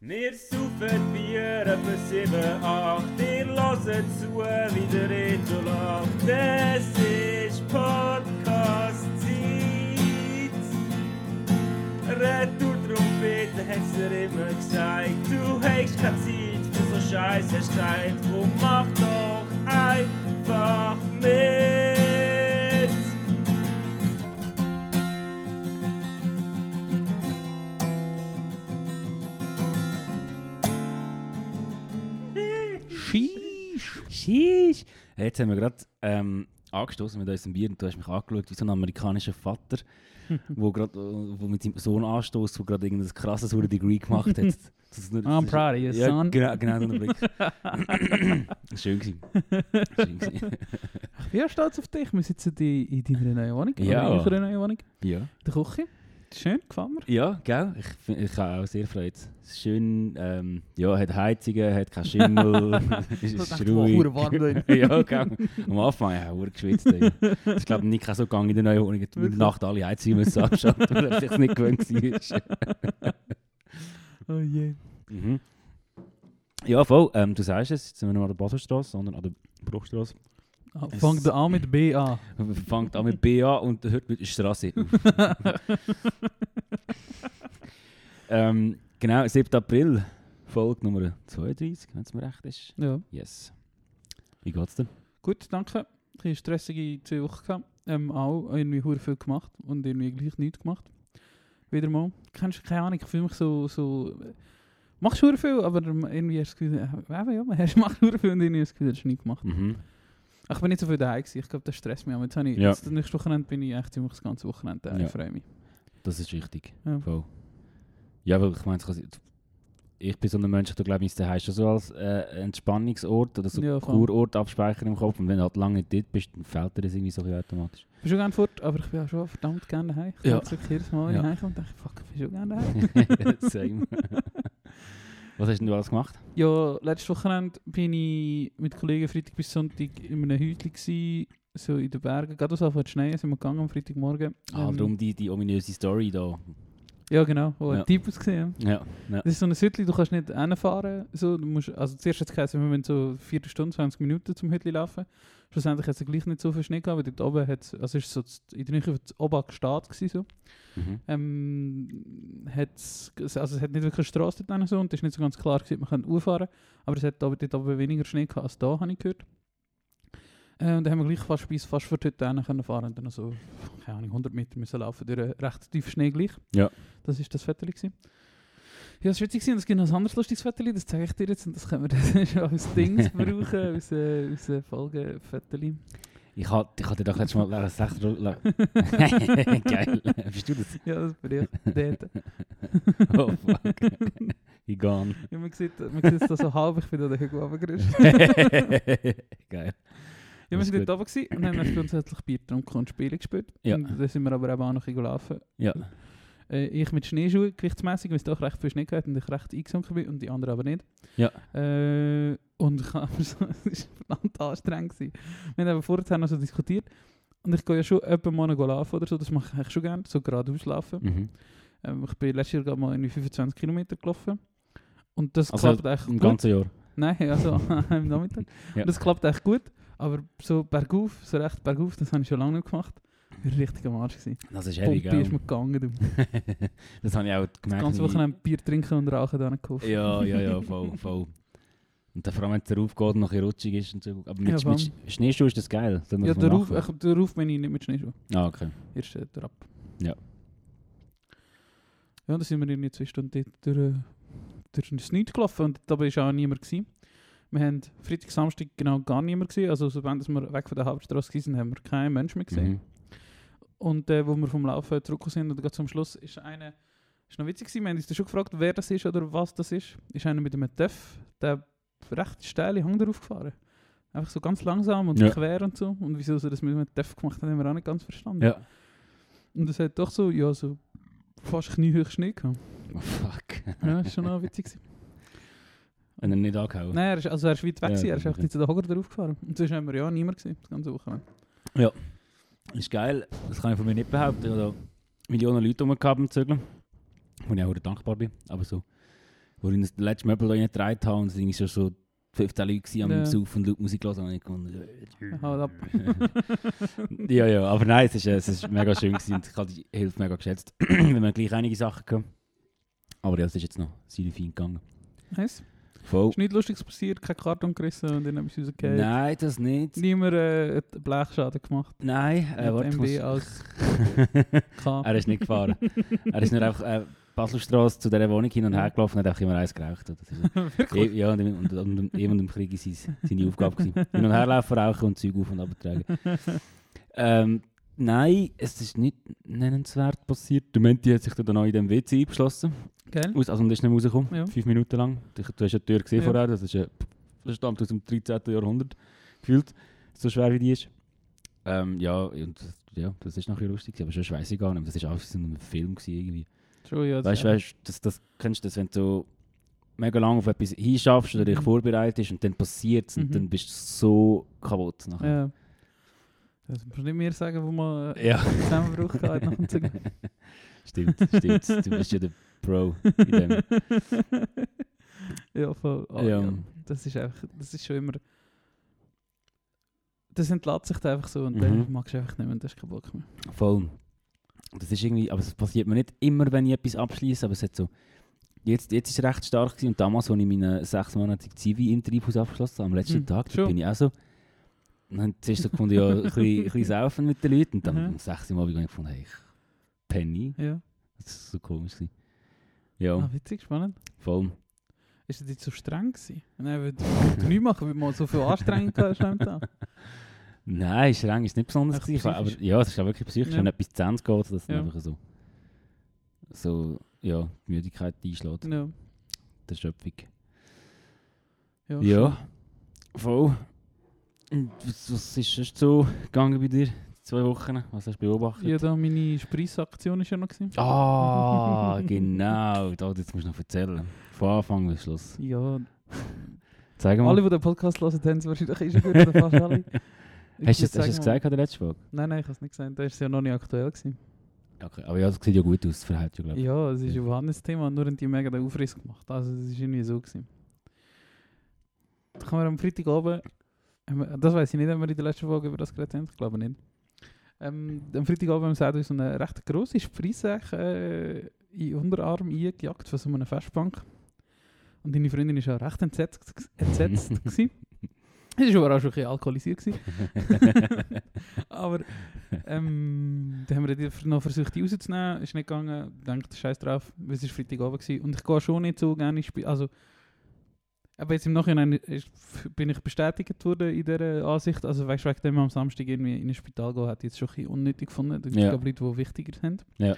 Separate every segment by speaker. Speaker 1: Wir saufen Bier etwa 7, 8. Ihr hört zu, wie der Reto lacht. Es ist Podcast-Zeit. Retour-Trompete hat's dir immer gesagt. Du hast keine Zeit für so Scheiß, hast Zeit. Und mach doch einfach mit.
Speaker 2: Sheesh. Sheesh. Hey, Jetzt haben wir gerade ähm, angestoßen mit unserem Bier und du hast mich angeschaut wie so ein amerikanischer Vater, wo grad, äh, wo mit seinem Sohn anstoßt, der gerade irgendein krasses Hure Degree gemacht hat. Das ist nur-
Speaker 3: I'm proud of you,
Speaker 2: ja,
Speaker 3: son.
Speaker 2: Genau, genau so ein Blick. Schön gewesen. Schön gewesen.
Speaker 3: Ich bin auch stolz auf dich. Wir sitzen in, in deiner neuen Wohnung.
Speaker 2: Ja.
Speaker 3: Oder In unserer neuen Wohnung.
Speaker 2: ja.
Speaker 3: In der Küche. Schön, gefällt mir.
Speaker 2: Ja, gell? Ich, find- ich habe auch sehr Freude. Es ist schön, ähm, ja, hat Heizungen, hat keinen Schimmel, es ist,
Speaker 3: dachte,
Speaker 2: ist
Speaker 3: wow,
Speaker 2: ruhig.
Speaker 3: hure warm drin.
Speaker 2: ja, gell? Am Anfang ja, hure geschwitzt. ey. Ich glaube, nicht so gegangen in der neuen Wohnung, dass man in
Speaker 3: Wirklich?
Speaker 2: der Nacht alle Heizungen müssen abschalten, weil er sich nicht gewöhnt war.
Speaker 3: Oh je.
Speaker 2: mhm. Ja, voll. Ähm, du sagst es, jetzt sind wir nicht mehr an der Baselstrasse, sondern an der Bruchstrasse.
Speaker 3: Ah,
Speaker 2: Es-
Speaker 3: Fang da an mit B an.
Speaker 2: Fangt an mit B an und hört mit der Straße auf. ähm, genau, 7. April, Folge Nummer 32, wenn es mir recht ist.
Speaker 3: Ja.
Speaker 2: Yes. Wie geht's dir?
Speaker 3: Gut, danke. Ich hatte stressige zwei Wochen. gehabt. Ähm, auch irgendwie hure viel gemacht und irgendwie gleich nichts gemacht. Wieder mal. Kennst du keine Ahnung? Ich fühle mich so. so machst hure viel, aber irgendwie hast du das Gefühl, äh, eben, ja, man hast- macht hure viel und irgendwie hast du das Gefühl, hast du nichts gemacht.
Speaker 2: Mhm.
Speaker 3: Ich bin nicht so viel daheim gewesen. Ich glaube, das stresst mich. Aber jetzt habe ich,
Speaker 2: Ja.
Speaker 3: jetzt, nächstes Wochenende bin ich echt ziemlich das ganze Wochenende daheim.
Speaker 2: Ja.
Speaker 3: Ich freue mich.
Speaker 2: Das ist richtig.
Speaker 3: Ja.
Speaker 2: Voll. Ja, weil ich meine, es kann- ich bin so ein Mensch, der glaube ich, daheim schon so als äh, Entspannungsort oder so
Speaker 3: Ja, voll.
Speaker 2: Kurort abspeichern im Kopf. Und wenn du halt lange nicht dort bist, dann fällt dir das irgendwie so ein bisschen automatisch.
Speaker 3: Ich bin schon gerne fort, aber ich bin auch schon verdammt gerne daheim. Ich
Speaker 2: Ja.
Speaker 3: ja. wirklich jedes Mal, wenn
Speaker 2: Ja.
Speaker 3: ich heimkomme, denke ich, fuck, ich bin schon gerne daheim.
Speaker 2: Same. Was hast denn du alles gemacht?
Speaker 3: Ja, letztes Wochenende bin ich mit Kollegen Freitag bis Sonntag in einem Häuschen gsi, so in den Bergen. Gerade als es anfängt zu schneien, sind wir gegangen am Freitagmorgen.
Speaker 2: Ah,
Speaker 3: Ähm,
Speaker 2: darum die, die ominöse Story da.
Speaker 3: Ja, genau, wo
Speaker 2: Ja.
Speaker 3: ein Typ ausgesehen.
Speaker 2: Ja, ja.
Speaker 3: Das ist so ein Hütli, du kannst nicht hinfahren. So, du musst, also zuerst hat es geheißen, wir müssen so 4 Stunden, 20 Minuten zum Hütli laufen. Schlussendlich hat es gleich nicht so viel Schnee gehabt, weil dort oben hat es, also ist so z- in der Nähe von Obak Stadt gewesen, so.
Speaker 2: Mhm.
Speaker 3: ähm, hat's, also es hat nicht wirklich eine Strasse dort drin so, und es ist nicht so ganz klar, gewesen, man kann auffahren. Aber es hat aber dort aber weniger Schnee gehabt als da, habe ich gehört. Äh, und dann haben wir gleich fast bis fast vor die Hütte hin können fahren und dann noch so, keine Ahnung, 100 Meter müssen laufen durch einen recht tiefen Schnee gleich.
Speaker 2: Ja.
Speaker 3: Das ist das Vettel gewesen. Ja, es war witzig, gewesen, und es gibt noch ein anderes lustiges Vettel, das zeige ich dir jetzt und das können wir dann schon als Dings brauchen, als, äh, als äh, Folgenvettel.
Speaker 2: Ich hatte ich hatte doch letztes Mal leider sechs Runden. Geil. Bist du das?
Speaker 3: Ja, das bin ich. Dort.
Speaker 2: Oh fuck. Ich gone.
Speaker 3: Ja, man sieht, man sieht das so halb, ich bin da den Hügel runtergerutscht.
Speaker 2: Geil.
Speaker 3: Ja, wir
Speaker 2: Alles
Speaker 3: sind
Speaker 2: gut.
Speaker 3: dort oben gewesen und haben dann grundsätzlich Bier getrunken und Spiele gespielt.
Speaker 2: Ja.
Speaker 3: Und dann sind wir aber eben auch noch ein bisschen gelaufen.
Speaker 2: Ja.
Speaker 3: Äh, ich mit Schneeschuhen, gewichtsmässig, weil es doch recht viel Schnee gehabt hat und ich recht eingesunken bin und die anderen aber nicht.
Speaker 2: Ja.
Speaker 3: Äh, und ich habe so, es war verdammt anstrengend. Gewesen. Wir haben aber vorher noch so diskutiert. Und ich gehe ja schon etwa mal noch laufen oder so, das mache ich eigentlich schon gerne, so geradeaus laufen.
Speaker 2: Mhm.
Speaker 3: Ähm, ich bin letztes Jahr gerade mal irgendwie 25 Kilometer gelaufen. Und das
Speaker 2: Also,
Speaker 3: klappt eigentlich
Speaker 2: Im
Speaker 3: gut.
Speaker 2: ganzen Jahr.
Speaker 3: Nein, also am Nachmittag.
Speaker 2: Ja.
Speaker 3: Das klappt echt gut, aber so bergauf, so recht bergauf, das habe ich schon lange nicht gemacht. Ich war richtig am Arsch. Gewesen.
Speaker 2: Das ist heavy,
Speaker 3: Pumpe ist
Speaker 2: gell?
Speaker 3: mir gegangen. Du.
Speaker 2: das habe ich auch gemerkt.
Speaker 3: Ganze
Speaker 2: wie-
Speaker 3: Wochenende Bier trinken und rauchen da gekauft.
Speaker 2: Ja, ja, ja, voll, voll. Und dann vor allem, wenn es darauf geht und noch ein bisschen rutschig ist und so. Aber
Speaker 3: Ja,
Speaker 2: mit,
Speaker 3: vor
Speaker 2: mit Sch- Schneeschuhen ist das geil. Sollen wir
Speaker 3: Ja,
Speaker 2: das mal
Speaker 3: der Ruf,
Speaker 2: machen?
Speaker 3: ich, der Ruf bin ich nicht mit Schneeschuhen.
Speaker 2: Ah, okay.
Speaker 3: Erst äh, der Ab.
Speaker 2: Ja.
Speaker 3: Ja, da sind wir in zwei Stunden dort durch, äh, durch das Nichts gelaufen und dabei war auch niemand. Gewesen. Wir haben Freitag, Samstag genau gar niemand gesehen. Also, sobald wir weg von der Hauptstraße waren, haben wir keinen Menschen mehr gesehen.
Speaker 2: Mhm.
Speaker 3: Und äh, wo wir vom Laufen zurückgekommen sind und gerade zum Schluss ist einer, ist noch witzig gewesen, wir haben uns dann schon gefragt, wer das ist oder was das ist, ist einer mit einem Töff, der recht steile Hang darauf gefahren. Einfach so ganz langsam und
Speaker 2: Ja.
Speaker 3: quer und so. Und wieso sie das mit einem Töff gemacht haben, haben wir auch nicht ganz verstanden.
Speaker 2: Ja.
Speaker 3: Und das hat doch so, ja, so fast kniehöch Schnee gehabt.
Speaker 2: Oh, fuck.
Speaker 3: Ja, ist schon noch witzig gewesen.
Speaker 2: Wenn er nicht angehauen.
Speaker 3: Nein, er ist, also er ist weit weg
Speaker 2: Ja,
Speaker 3: gewesen, er ist
Speaker 2: okay.
Speaker 3: einfach zu den Hogger drauf gefahren. Und sonst haben wir ja niemand gesehen, das ganze Wochenende.
Speaker 2: ist geil, das kann ich von mir nicht behaupten. Ich habe da Millionen Leute rumgehabt im Zügeln, wo ich auch sehr dankbar bin. Aber so Wo ich das letzte Möbel da reingetragen habe und es waren schon so 15 Leute gewesen, am
Speaker 3: Ja.
Speaker 2: Saufen und laut Musik hören. Und ich gedacht,
Speaker 3: Halt ab.
Speaker 2: ja, ja, aber nein, es ist, äh, es ist mega schön gewesen und ich habe die Hilfe mega geschätzt. Wenn man gleich einige Sachen gehabt. Aber ja, es ist jetzt noch sehr fein gegangen.
Speaker 3: Nice.
Speaker 2: Voll.
Speaker 3: Ist nichts Lustiges passiert, kein Karton gerissen und dann etwas rausgegeben.
Speaker 2: Nein, das nicht.
Speaker 3: Niemand äh, hat Blechschaden gemacht.
Speaker 2: Nein, äh,
Speaker 3: Mit
Speaker 2: warte, ich
Speaker 3: MB
Speaker 2: muss...
Speaker 3: als K.
Speaker 2: Er ist nicht gefahren. er ist nur einfach äh, Baselstraße zu dieser Wohnung hin und her gelaufen und hat einfach immer eins geraucht. Das ist,
Speaker 3: Wirklich?
Speaker 2: Eh- ja, und, und, und, und ihm und dem Krieg ist es seine Aufgabe. Gewesen. Hin und her laufen, rauchen und Zeug auf- und abtragen. ähm, nein, es ist nicht nennenswert passiert. Der Menti hat sich dann auch in dem WC eingeschlossen.
Speaker 3: Geil.
Speaker 2: Aus, also, und ist nicht mehr rausgekommen.
Speaker 3: Ja.
Speaker 2: Fünf Minuten lang. Du, du hast ja die Tür gesehen
Speaker 3: Ja.
Speaker 2: vorher. Das ist, äh, das stammt aus dem 13. Jahrhundert. Gefühlt. So schwer wie die ist. Ähm, ja, und, das- ja, das ist nachher lustig. gewesen, Aber sonst weiss ich gar nicht. mehr. Das war alles in einem Film. Gewesen, irgendwie.
Speaker 3: Schon, ja, das
Speaker 2: Weißt du,
Speaker 3: ist-
Speaker 2: weißt, das, das kennst du das, wenn du mega lange auf etwas hinschaffst oder dich
Speaker 3: Mhm.
Speaker 2: vorbereitest und dann passiert es
Speaker 3: Mhm.
Speaker 2: und dann bist du so kaputt nachher.
Speaker 3: Ja. Das musst du nicht mehr sagen, wo man äh,
Speaker 2: Ja,
Speaker 3: Zusammenbruch gehabt hat.
Speaker 2: stimmt, stimmt. Du bist ja der Pro in dem.
Speaker 3: ja, voll. Ah,
Speaker 2: Ja.
Speaker 3: ja. Das ist einfach, das ist schon immer. Das entlädt sich dann einfach so und dann
Speaker 2: Mhm.
Speaker 3: magst du einfach nicht mehr und das ist kein Bock mehr.
Speaker 2: Voll. Das ist irgendwie, aber es passiert mir nicht immer, wenn ich etwas abschließe, aber es hat so. Jetzt, jetzt ist es recht stark gewesen. und damals, als ich meinen sechsmonatigen Zivi im Treibhaus abgeschlossen habe, am letzten
Speaker 3: Mhm,
Speaker 2: Tag, da
Speaker 3: schon.
Speaker 2: bin ich auch so. Und dann zuerst so gefunden, ja, ein bisschen, ein bisschen saufen mit den Leuten. Und dann
Speaker 3: Mhm.
Speaker 2: um 6 Uhr Abend habe ich gefunden, hey, ich penne.
Speaker 3: Ja.
Speaker 2: Das ist so komisch. Gewesen. Ja,
Speaker 3: Ah, witzig, spannend.
Speaker 2: voll.
Speaker 3: Ist das jetzt so streng gewesen? Nein, weil du, du nichts machen, weil man so viel Anstrengung hast am Tag.
Speaker 2: Nein, streng ist nicht besonders.
Speaker 3: Echt
Speaker 2: gewesen, aber
Speaker 3: psychisch?
Speaker 2: ja, es ist auch wirklich psychisch.
Speaker 3: Ja.
Speaker 2: Wenn etwas zu Ende geht, dass dann
Speaker 3: Ja.
Speaker 2: einfach so, so ja, die Müdigkeit einschlägt,
Speaker 3: Ja.
Speaker 2: der Schöpfung.
Speaker 3: Ja.
Speaker 2: Ja, voll. Und Was, was ist sonst so gegangen bei dir? Die Zwei Wochen? Was hast du beobachtet?
Speaker 3: Ja, da meine Spreissaktion ist ja noch gewesen.
Speaker 2: Ah, genau. Da, jetzt musst du noch erzählen. Von Anfang bis Schluss.
Speaker 3: Ja,
Speaker 2: Zeig mal.
Speaker 3: alle, die den Podcast hören, haben es wahrscheinlich eh schon gehört, oder fast alle. Ich
Speaker 2: hast du es
Speaker 3: würde
Speaker 2: hast du es
Speaker 3: sagen,
Speaker 2: gesagt an der letzten Folge?
Speaker 3: Nein, nein, ich habe es nicht gesagt. Da war es ja noch nicht aktuell. Gewesen.
Speaker 2: Okay. Aber ja, es sieht ja gut aus, das Verhältnis, glaube ich.
Speaker 3: Ja, es ist
Speaker 2: Ja.
Speaker 3: ein Johannes-Thema, nur haben die mega den Aufriss gemacht. Also, das war irgendwie so. Gewesen. Da haben wir am Freitagabend, haben wir- das weiß ich nicht, haben wir in der letzten Folge über das geredet haben, ich glaube nicht. Ähm, am Freitagabend haben wir selber so eine recht grosse Spreisäche äh, in den Unterarm eingejagt von so einer Festbank. Und deine Freundin war ja recht entsetzt. entsetzt gewesen. Sie war aber auch schon ein bisschen alkoholisiert. Gewesen. Aber ähm, dann haben wir die noch versucht, die rauszunehmen. Ist nicht gegangen. Denkt, scheiß drauf, weil es war Freitagabend. Gewesen. Und ich gehe schon nicht so gerne spielen. Also, aber jetzt im Nachhinein ist, bin ich bestätigt worden in dieser Ansicht. Also, weißt du, wegen dem am Samstag irgendwie in ein Spital gehen, hätte ich jetzt schon ein bisschen unnötig gefunden. Da gibt es
Speaker 2: Ja.
Speaker 3: glaub ich, Leute, die wichtiger sind.
Speaker 2: Ja.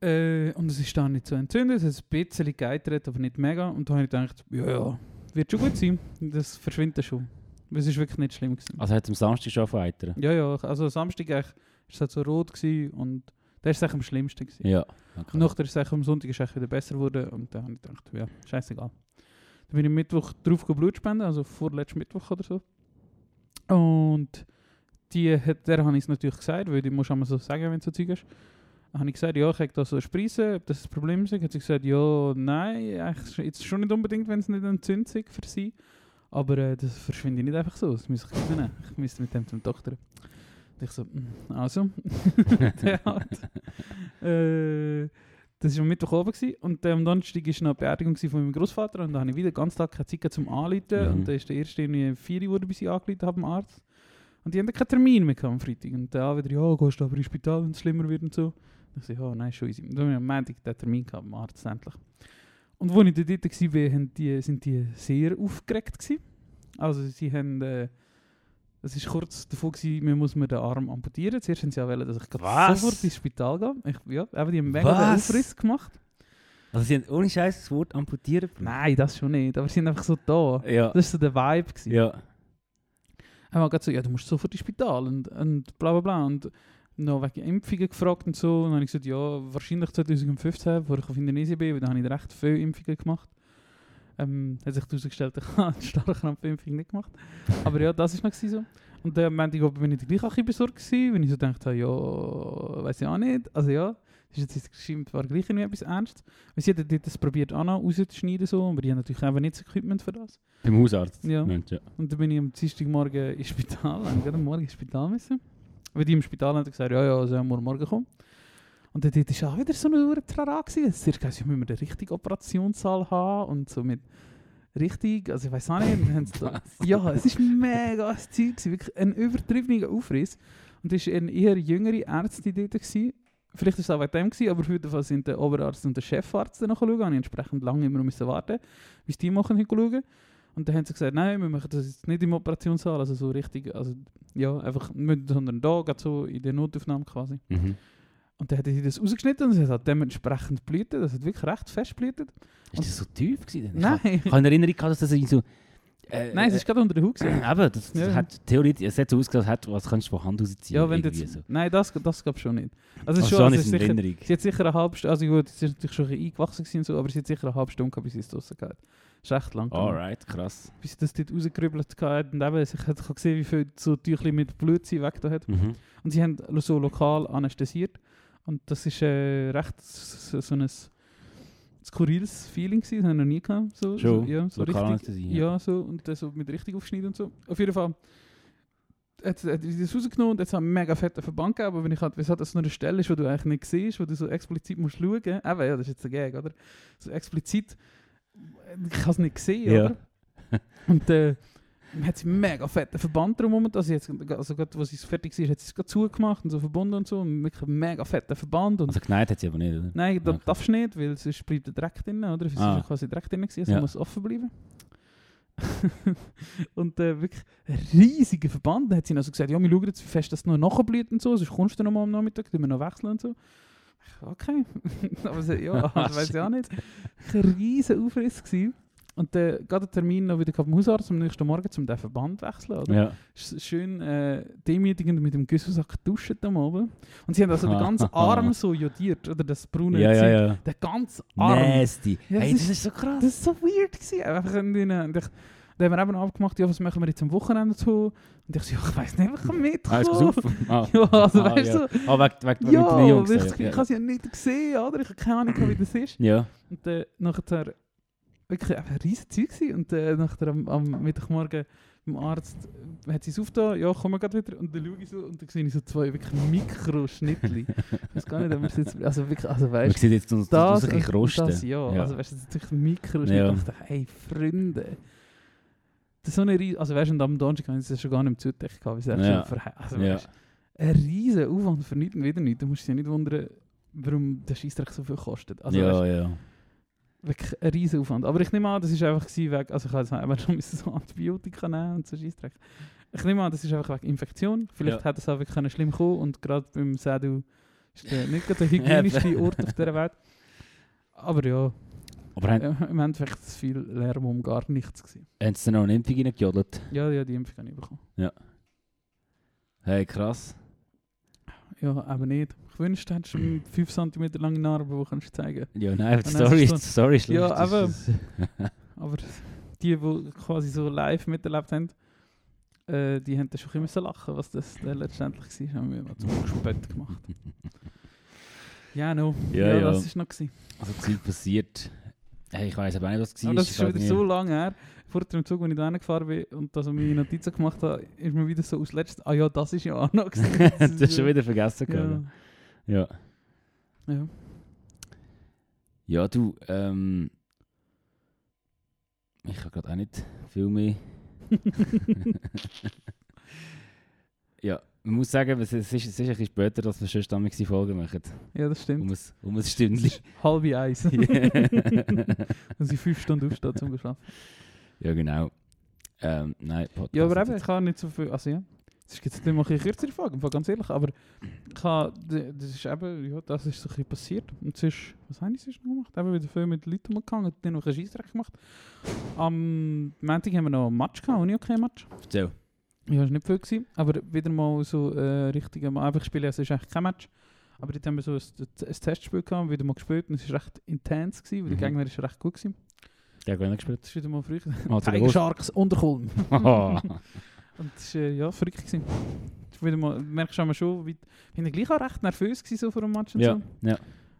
Speaker 3: Äh, und es ist dann nicht so entzündet. Es ist ein bisschen geitert, aber nicht mega. Und da habe ich gedacht, ja, ja, wird schon gut sein. Das verschwindet schon. Weil Es ist wirklich nicht schlimm. Gewesen.
Speaker 2: Also hat es am Samstag schon weiter.
Speaker 3: Ja, ja, also am Samstag eigentlich ist es halt so rot gewesen und der ist eigentlich am schlimmsten gewesen.
Speaker 2: Ja. Okay.
Speaker 3: Und nachher ist es eigentlich am Sonntag ist eigentlich wieder besser geworden und dann habe ich gedacht, ja, scheißegal. Dann bin ich Mittwoch drauf gegangen Blut spenden, also vorletzten Mittwoch oder so. Und die hat, der habe ich es natürlich gesagt, weil die muss immer so sagen, wenn so Zeug ist. Dann habe ich gesagt, ja, ich habe da so eine Spreise, ob das ein Problem ist. Hat sie gesagt, ja, nein, eigentlich sch- jetzt schon nicht unbedingt, wenn es nicht entzündet ist für sie. Aber äh, das verschwindet nicht einfach so, das muss ich können. Ich müsste mit dem zum Doktor. Und ich so, «Mm, also, der hat. Äh, das war am Mittwoch oben gewesen. und äh, am Donnerstag war noch eine Beerdigung gewesen von meinem Großvater und da habe ich wieder den ganzen Tag keine Zeit gehabt zum Anrufen
Speaker 2: Mhm.
Speaker 3: und dann ist der erste irgendwie um 4 Uhr, bis ich angerufen habe beim Arzt und die haben dann keinen Termin mehr gehabt am Freitag und dann auch wieder, ja, gehst du aber ins Spital, wenn es schlimmer wird und so. Und ich so, ja, nein, schon easy. Und dann haben wir am Montag den Termin gehabt beim Arzt endlich. Und als ich dann dort war, haben die, sind die sehr aufgeregt gewesen. Also sie haben... Äh, es war kurz davor, gewesen, man muss mir den Arm amputieren. Zuerst haben sie ja wollen, dass ich gerade
Speaker 2: Was?
Speaker 3: sofort ins Spital gehe. Ich, ja, eben, die haben mega den
Speaker 2: Was?
Speaker 3: Aufriss gemacht.
Speaker 2: Also sie haben ohne Scheiß das Wort amputieren.
Speaker 3: Nein, das schon nicht. Aber sie sind einfach so da.
Speaker 2: Ja.
Speaker 3: Das war so der Vibe. Gewesen.
Speaker 2: Ja.
Speaker 3: Er war gerade so, ja, du musst sofort ins Spital und, und bla bla bla. Und noch wegen Impfungen gefragt und so. Und dann habe ich gesagt, ja, wahrscheinlich 2015, wo ich auf Indonesien bin, weil da habe ich recht viele Impfungen gemacht. Ähm, hat sich herausgestellt, ich habe die Starrkrampfimpfung nicht gemacht. Aber ja, das war noch gewesen so. Und dann meinte ich, bin ich gleich auch ein bisschen besorgt gewesen, weil ich so gedacht habe, ja, weiß ich auch nicht. Also ja, Das ist jetzt geschrieben, war gleich irgendwie etwas Ernstes. Weil sie haben das probiert, auch noch rauszuschneiden, so, aber die haben natürlich einfach nicht das Equipment für das.
Speaker 2: Beim Hausarzt.
Speaker 3: Ja.
Speaker 2: Mensch, ja.
Speaker 3: Und dann bin ich am Dienstagmorgen ins Spital, haben gerade am Morgen ins Spital müssen. Weil die im Spital haben gesagt, ja, ja, also ja, morgen morgen kommen. Und dann dort war auch wieder so eine Uhr Trara. gewesen. Zuerst heisst, ja, müssen wir den richtigen Operationssaal haben und so mit richtig, also ich weiß auch nicht. wir haben's da, ja, es ist mega ein Zeug, gewesen, wirklich ein übertriebener Aufriss. Und es war eine eher jüngere Ärztin dort. Gewesen. Vielleicht war es auch wegen dem, gewesen, aber auf jeden Fall sind der Oberarzt und der Chefarzt dann noch schauen. Ich musste entsprechend lange immer müssen warten, bis die machen schauen. Und dann haben sie gesagt, nein, wir machen das jetzt nicht im Operationssaal, also so richtig, also ja, einfach, nicht, sondern da, gerade so also in der Notaufnahme quasi.
Speaker 2: Mhm.
Speaker 3: Und dann hat sie das rausgeschnitten und es hat halt dementsprechend blutet, das hat wirklich recht fest blutet.
Speaker 2: Ist das so tief gewesen? Ich hab-
Speaker 3: Nein,
Speaker 2: Ich habe eine Erinnerung gehabt, dass das in so... Äh,
Speaker 3: nein, es ist gerade unter der Haut. gewesen.
Speaker 2: äh, Eben, das, das
Speaker 3: Ja.
Speaker 2: hat theoretisch... Es hat so ausgesehen, als hätte- als kannst du von Hand ausziehen.
Speaker 3: Ja, wenn du
Speaker 2: irgendwie
Speaker 3: jetzt,
Speaker 2: So.
Speaker 3: Nein, das, das gab es schon nicht. Also, es ist
Speaker 2: Also
Speaker 3: schon,
Speaker 2: schon
Speaker 3: also
Speaker 2: ist
Speaker 3: es ist
Speaker 2: es eine
Speaker 3: sicher,
Speaker 2: Erinnerung.
Speaker 3: sie hat sicher eine halbe Stunde, also gut, sie ist natürlich schon ein bisschen eingewachsen gewesen und so, aber sie hat sicher eine halbe Stunde gehabt, bis sie es draussen geht. Ist recht lang. gegangen.
Speaker 2: Alright, krass.
Speaker 3: Bis sie das dort rausgerübelt hat und eben, ich habe gesehen, wie viel so Tüchli mit Blut sie weg da hat.
Speaker 2: Mhm.
Speaker 3: Und sie haben so lokal anästhesiert. Und das ist äh, recht so, so ein skurriles Feeling gewesen, das habe ich noch nie gehabt. So,
Speaker 2: Schon?
Speaker 3: so, ja, so
Speaker 2: Lokal
Speaker 3: richtig.
Speaker 2: Anästhesie, ja.
Speaker 3: Ja. so, und dann so mit richtig aufschneiden und so. Auf jeden Fall hat, hat sie das rausgenommen und jetzt haben mega fetten Verband gegeben, aber wenn ich halt, wenn es halt so eine Stelle ist, wo du eigentlich nicht siehst, wo du so explizit musst schauen, eben, ja, das ist jetzt ein Gag, oder? So explizit, ich kann es nicht sehen,
Speaker 2: Ja.
Speaker 3: oder? Und äh, man hat sie mega fetten Verband drum herum. Also, jetzt, also gerade, als es fertig war, hat sie es gerade zugemacht und so verbunden und so. Und wirklich einen mega fetten Verband. Und
Speaker 2: Also geneigt hat sie aber nicht, oder?
Speaker 3: nein, das
Speaker 2: okay.
Speaker 3: darfst du nicht, weil sonst bleibt der Dreck drin, oder? Es
Speaker 2: Ah.
Speaker 3: war quasi Dreck drin, gewesen, also
Speaker 2: Ja.
Speaker 3: muss offen bleiben. und äh, wirklich ein riesiger Verband. Dann hat sie noch so gesagt, ja, wir schauen jetzt, wie fest das noch nachblüht und so. Sonst kommst du noch mal am Nachmittag, tun wir noch wechseln und so. Ich, Okay. Aber sie, ja,
Speaker 2: Ah,
Speaker 3: das weiß ich auch nicht. Ein riesiger Aufriss gewesen. Und dann äh, geht der Termin noch wieder beim Hausarzt am nächsten Morgen, um den Verband zu wechseln, oder?
Speaker 2: Ja.
Speaker 3: Sch- schön äh, demütigend mit dem Güsselsack duschen am Abend. Und sie haben also den ganzen Arm so jodiert, oder das braune
Speaker 2: Ja, ja,
Speaker 3: Zeug.
Speaker 2: ja.
Speaker 3: Der ganze Arm.
Speaker 2: Nasty.
Speaker 3: Ja,
Speaker 2: hey,
Speaker 3: das
Speaker 2: das ist so krass.
Speaker 3: Das ist so weird gewesen. Einfach in den, und ich, dann haben wir eben abgemacht, ja, was machen wir jetzt am Wochenende so? Und ich so, ja, ich weiß nicht, was ich
Speaker 2: Ah, ist
Speaker 3: mitkomme.
Speaker 2: gesoffen? Ah.
Speaker 3: Ja, also
Speaker 2: Ah,
Speaker 3: weißt du,
Speaker 2: ja. Ah, weg, weg, weg mit
Speaker 3: ja,
Speaker 2: den Jungs.
Speaker 3: weil ich,
Speaker 2: ja,
Speaker 3: ich
Speaker 2: ja.
Speaker 3: habe sie ja nicht gesehen, oder? Ich habe keine Ahnung, wie das ist.
Speaker 2: Ja.
Speaker 3: Und dann nachher wirklich einfach ein riesiges Zeug gewesen. Und dann nachher am, am Mittagmorgen beim Arzt äh, hat sie es aufgetan, ja, kommen wir gerade wieder. Und dann schaue ich so und dann sehe ich so zwei wirklich Mikroschnittli. ich weiß gar nicht, ob wir es jetzt... Also wirklich, also
Speaker 2: Man
Speaker 3: weißt
Speaker 2: sieht jetzt uns das, das,
Speaker 3: und
Speaker 2: das rosten.
Speaker 3: Das, ja.
Speaker 2: Ja.
Speaker 3: Also weißt du, das ist natürlich ein Mikroschnitt.
Speaker 2: Ja.
Speaker 3: Ich dachte, hey, Freunde. Das ist so eine riesen... Also weißt du, und am Donnerstag haben sie es schon gar nicht im Zutecht gehabt. weil sie
Speaker 2: Ja.
Speaker 3: echt schon verhe- Also
Speaker 2: Ja.
Speaker 3: weißt du, ein riesen Aufwand für nichts und wieder nichts. Da musst du dich nicht wundern, warum der Scheissdreck so viel kostet. Also,
Speaker 2: ja,
Speaker 3: weisst du,
Speaker 2: ja.
Speaker 3: Wirklich ein riesen Aufwand. Aber ich nehme an, das ist einfach gewesen wegen, also ich habe jetzt einfach schon müssen so Antibiotika nehmen und so Scheissdreck. Ich nehme an, das ist einfach wegen Infektion. Vielleicht
Speaker 2: Ja.
Speaker 3: hätte es auch wirklich können schlimm kommen und gerade beim Sedu ist der, nicht gerade der hygienischste Ort auf dieser Welt. Aber ja,
Speaker 2: Aber haben,
Speaker 3: äh, im Endeffekt ist viel Lärm um gar nichts gewesen.
Speaker 2: haben sie dann noch eine Impfung reingejodelt?
Speaker 3: Ja, ja, die Impfung habe ich bekommen.
Speaker 2: Hey, krass.
Speaker 3: Ja, aber nicht. Ich wünschte, du hättest eine 5 cm lange Narbe, die kannst du zeigen.
Speaker 2: Ja, nein, die
Speaker 3: Und dann
Speaker 2: Story
Speaker 3: Ah, ist
Speaker 2: ist, die Story ist
Speaker 3: Ja,
Speaker 2: lustig.
Speaker 3: aber-
Speaker 2: Das ist-
Speaker 3: Aber die, die quasi so live miterlebt haben, äh, die haben dann schon immer so lachen, was das dann letztendlich war. Haben wir mal zum Spät gemacht. Ja, no.
Speaker 2: Ja, ja.
Speaker 3: das ist noch gewesen.
Speaker 2: Also, Zeug passiert. Hey, ich weiß aber auch nicht, was es war.
Speaker 3: Aber das ist schon
Speaker 2: halt
Speaker 3: wieder
Speaker 2: mir-
Speaker 3: so lange her. Vor dem Zug, als ich da gefahren bin und das an meine Notizen gemacht habe, ist mir wieder so aus letztes, ah ja, das ist ja auch noch gewesen.
Speaker 2: das ist schon wieder vergessen
Speaker 3: Ja.
Speaker 2: gegangen. Ja.
Speaker 3: ja.
Speaker 2: Ja, du, ähm. Ich habe gerade auch nicht viel mehr. ja, man muss sagen, es ist, es ist ein bisschen später, dass wir schon stammig Folgen machen.
Speaker 3: ja, das stimmt.
Speaker 2: Um ein, um ein Stündchen.
Speaker 3: Halbe Eis.
Speaker 2: ja,
Speaker 3: Dass ich fünf Stunden aufstehe, zum Geschlafen.
Speaker 2: genau. Ähm, nein, Podcast.
Speaker 3: Ja, aber eben,
Speaker 2: jetzt-
Speaker 3: ich habe nicht so viel. Also ja, es gibt nicht mal ein kürzere Frage, im Fall ganz ehrlich. Aber ich habe, d- das ist eben, ja, das ist so ein bisschen passiert. Und sonst, was habe ich sonst noch gemacht? Eben wieder viel mit Leuten umgegangen, dann noch einen Scheissdreck gemacht. Am Montag haben wir noch einen Match gehabt, einen Unihockey-Match.
Speaker 2: Erzähl.
Speaker 3: Ja, das war nicht viel, gewesen, aber wieder mal so äh, richtig, am- einfach spielen, also es ist eigentlich kein Match. Aber dort haben wir so ein, ein Testspiel gehabt, wieder mal gespielt und es war recht intens, gewesen, weil
Speaker 2: Mhm.
Speaker 3: der Gegner ist recht gut gewesen.
Speaker 2: Gegen wen gespielt?
Speaker 3: Das ist wieder mal früh.
Speaker 2: Ah, zu den
Speaker 3: Tiger Sharks Unterkulm.
Speaker 2: Wolf-
Speaker 3: Und das war äh, ja, verrückt. Gewesen. wieder mal, merkst du aber schon, wie, ich war gleich auch recht nervös gewesen, so vor dem Match und
Speaker 2: Ja,
Speaker 3: so.
Speaker 2: ja.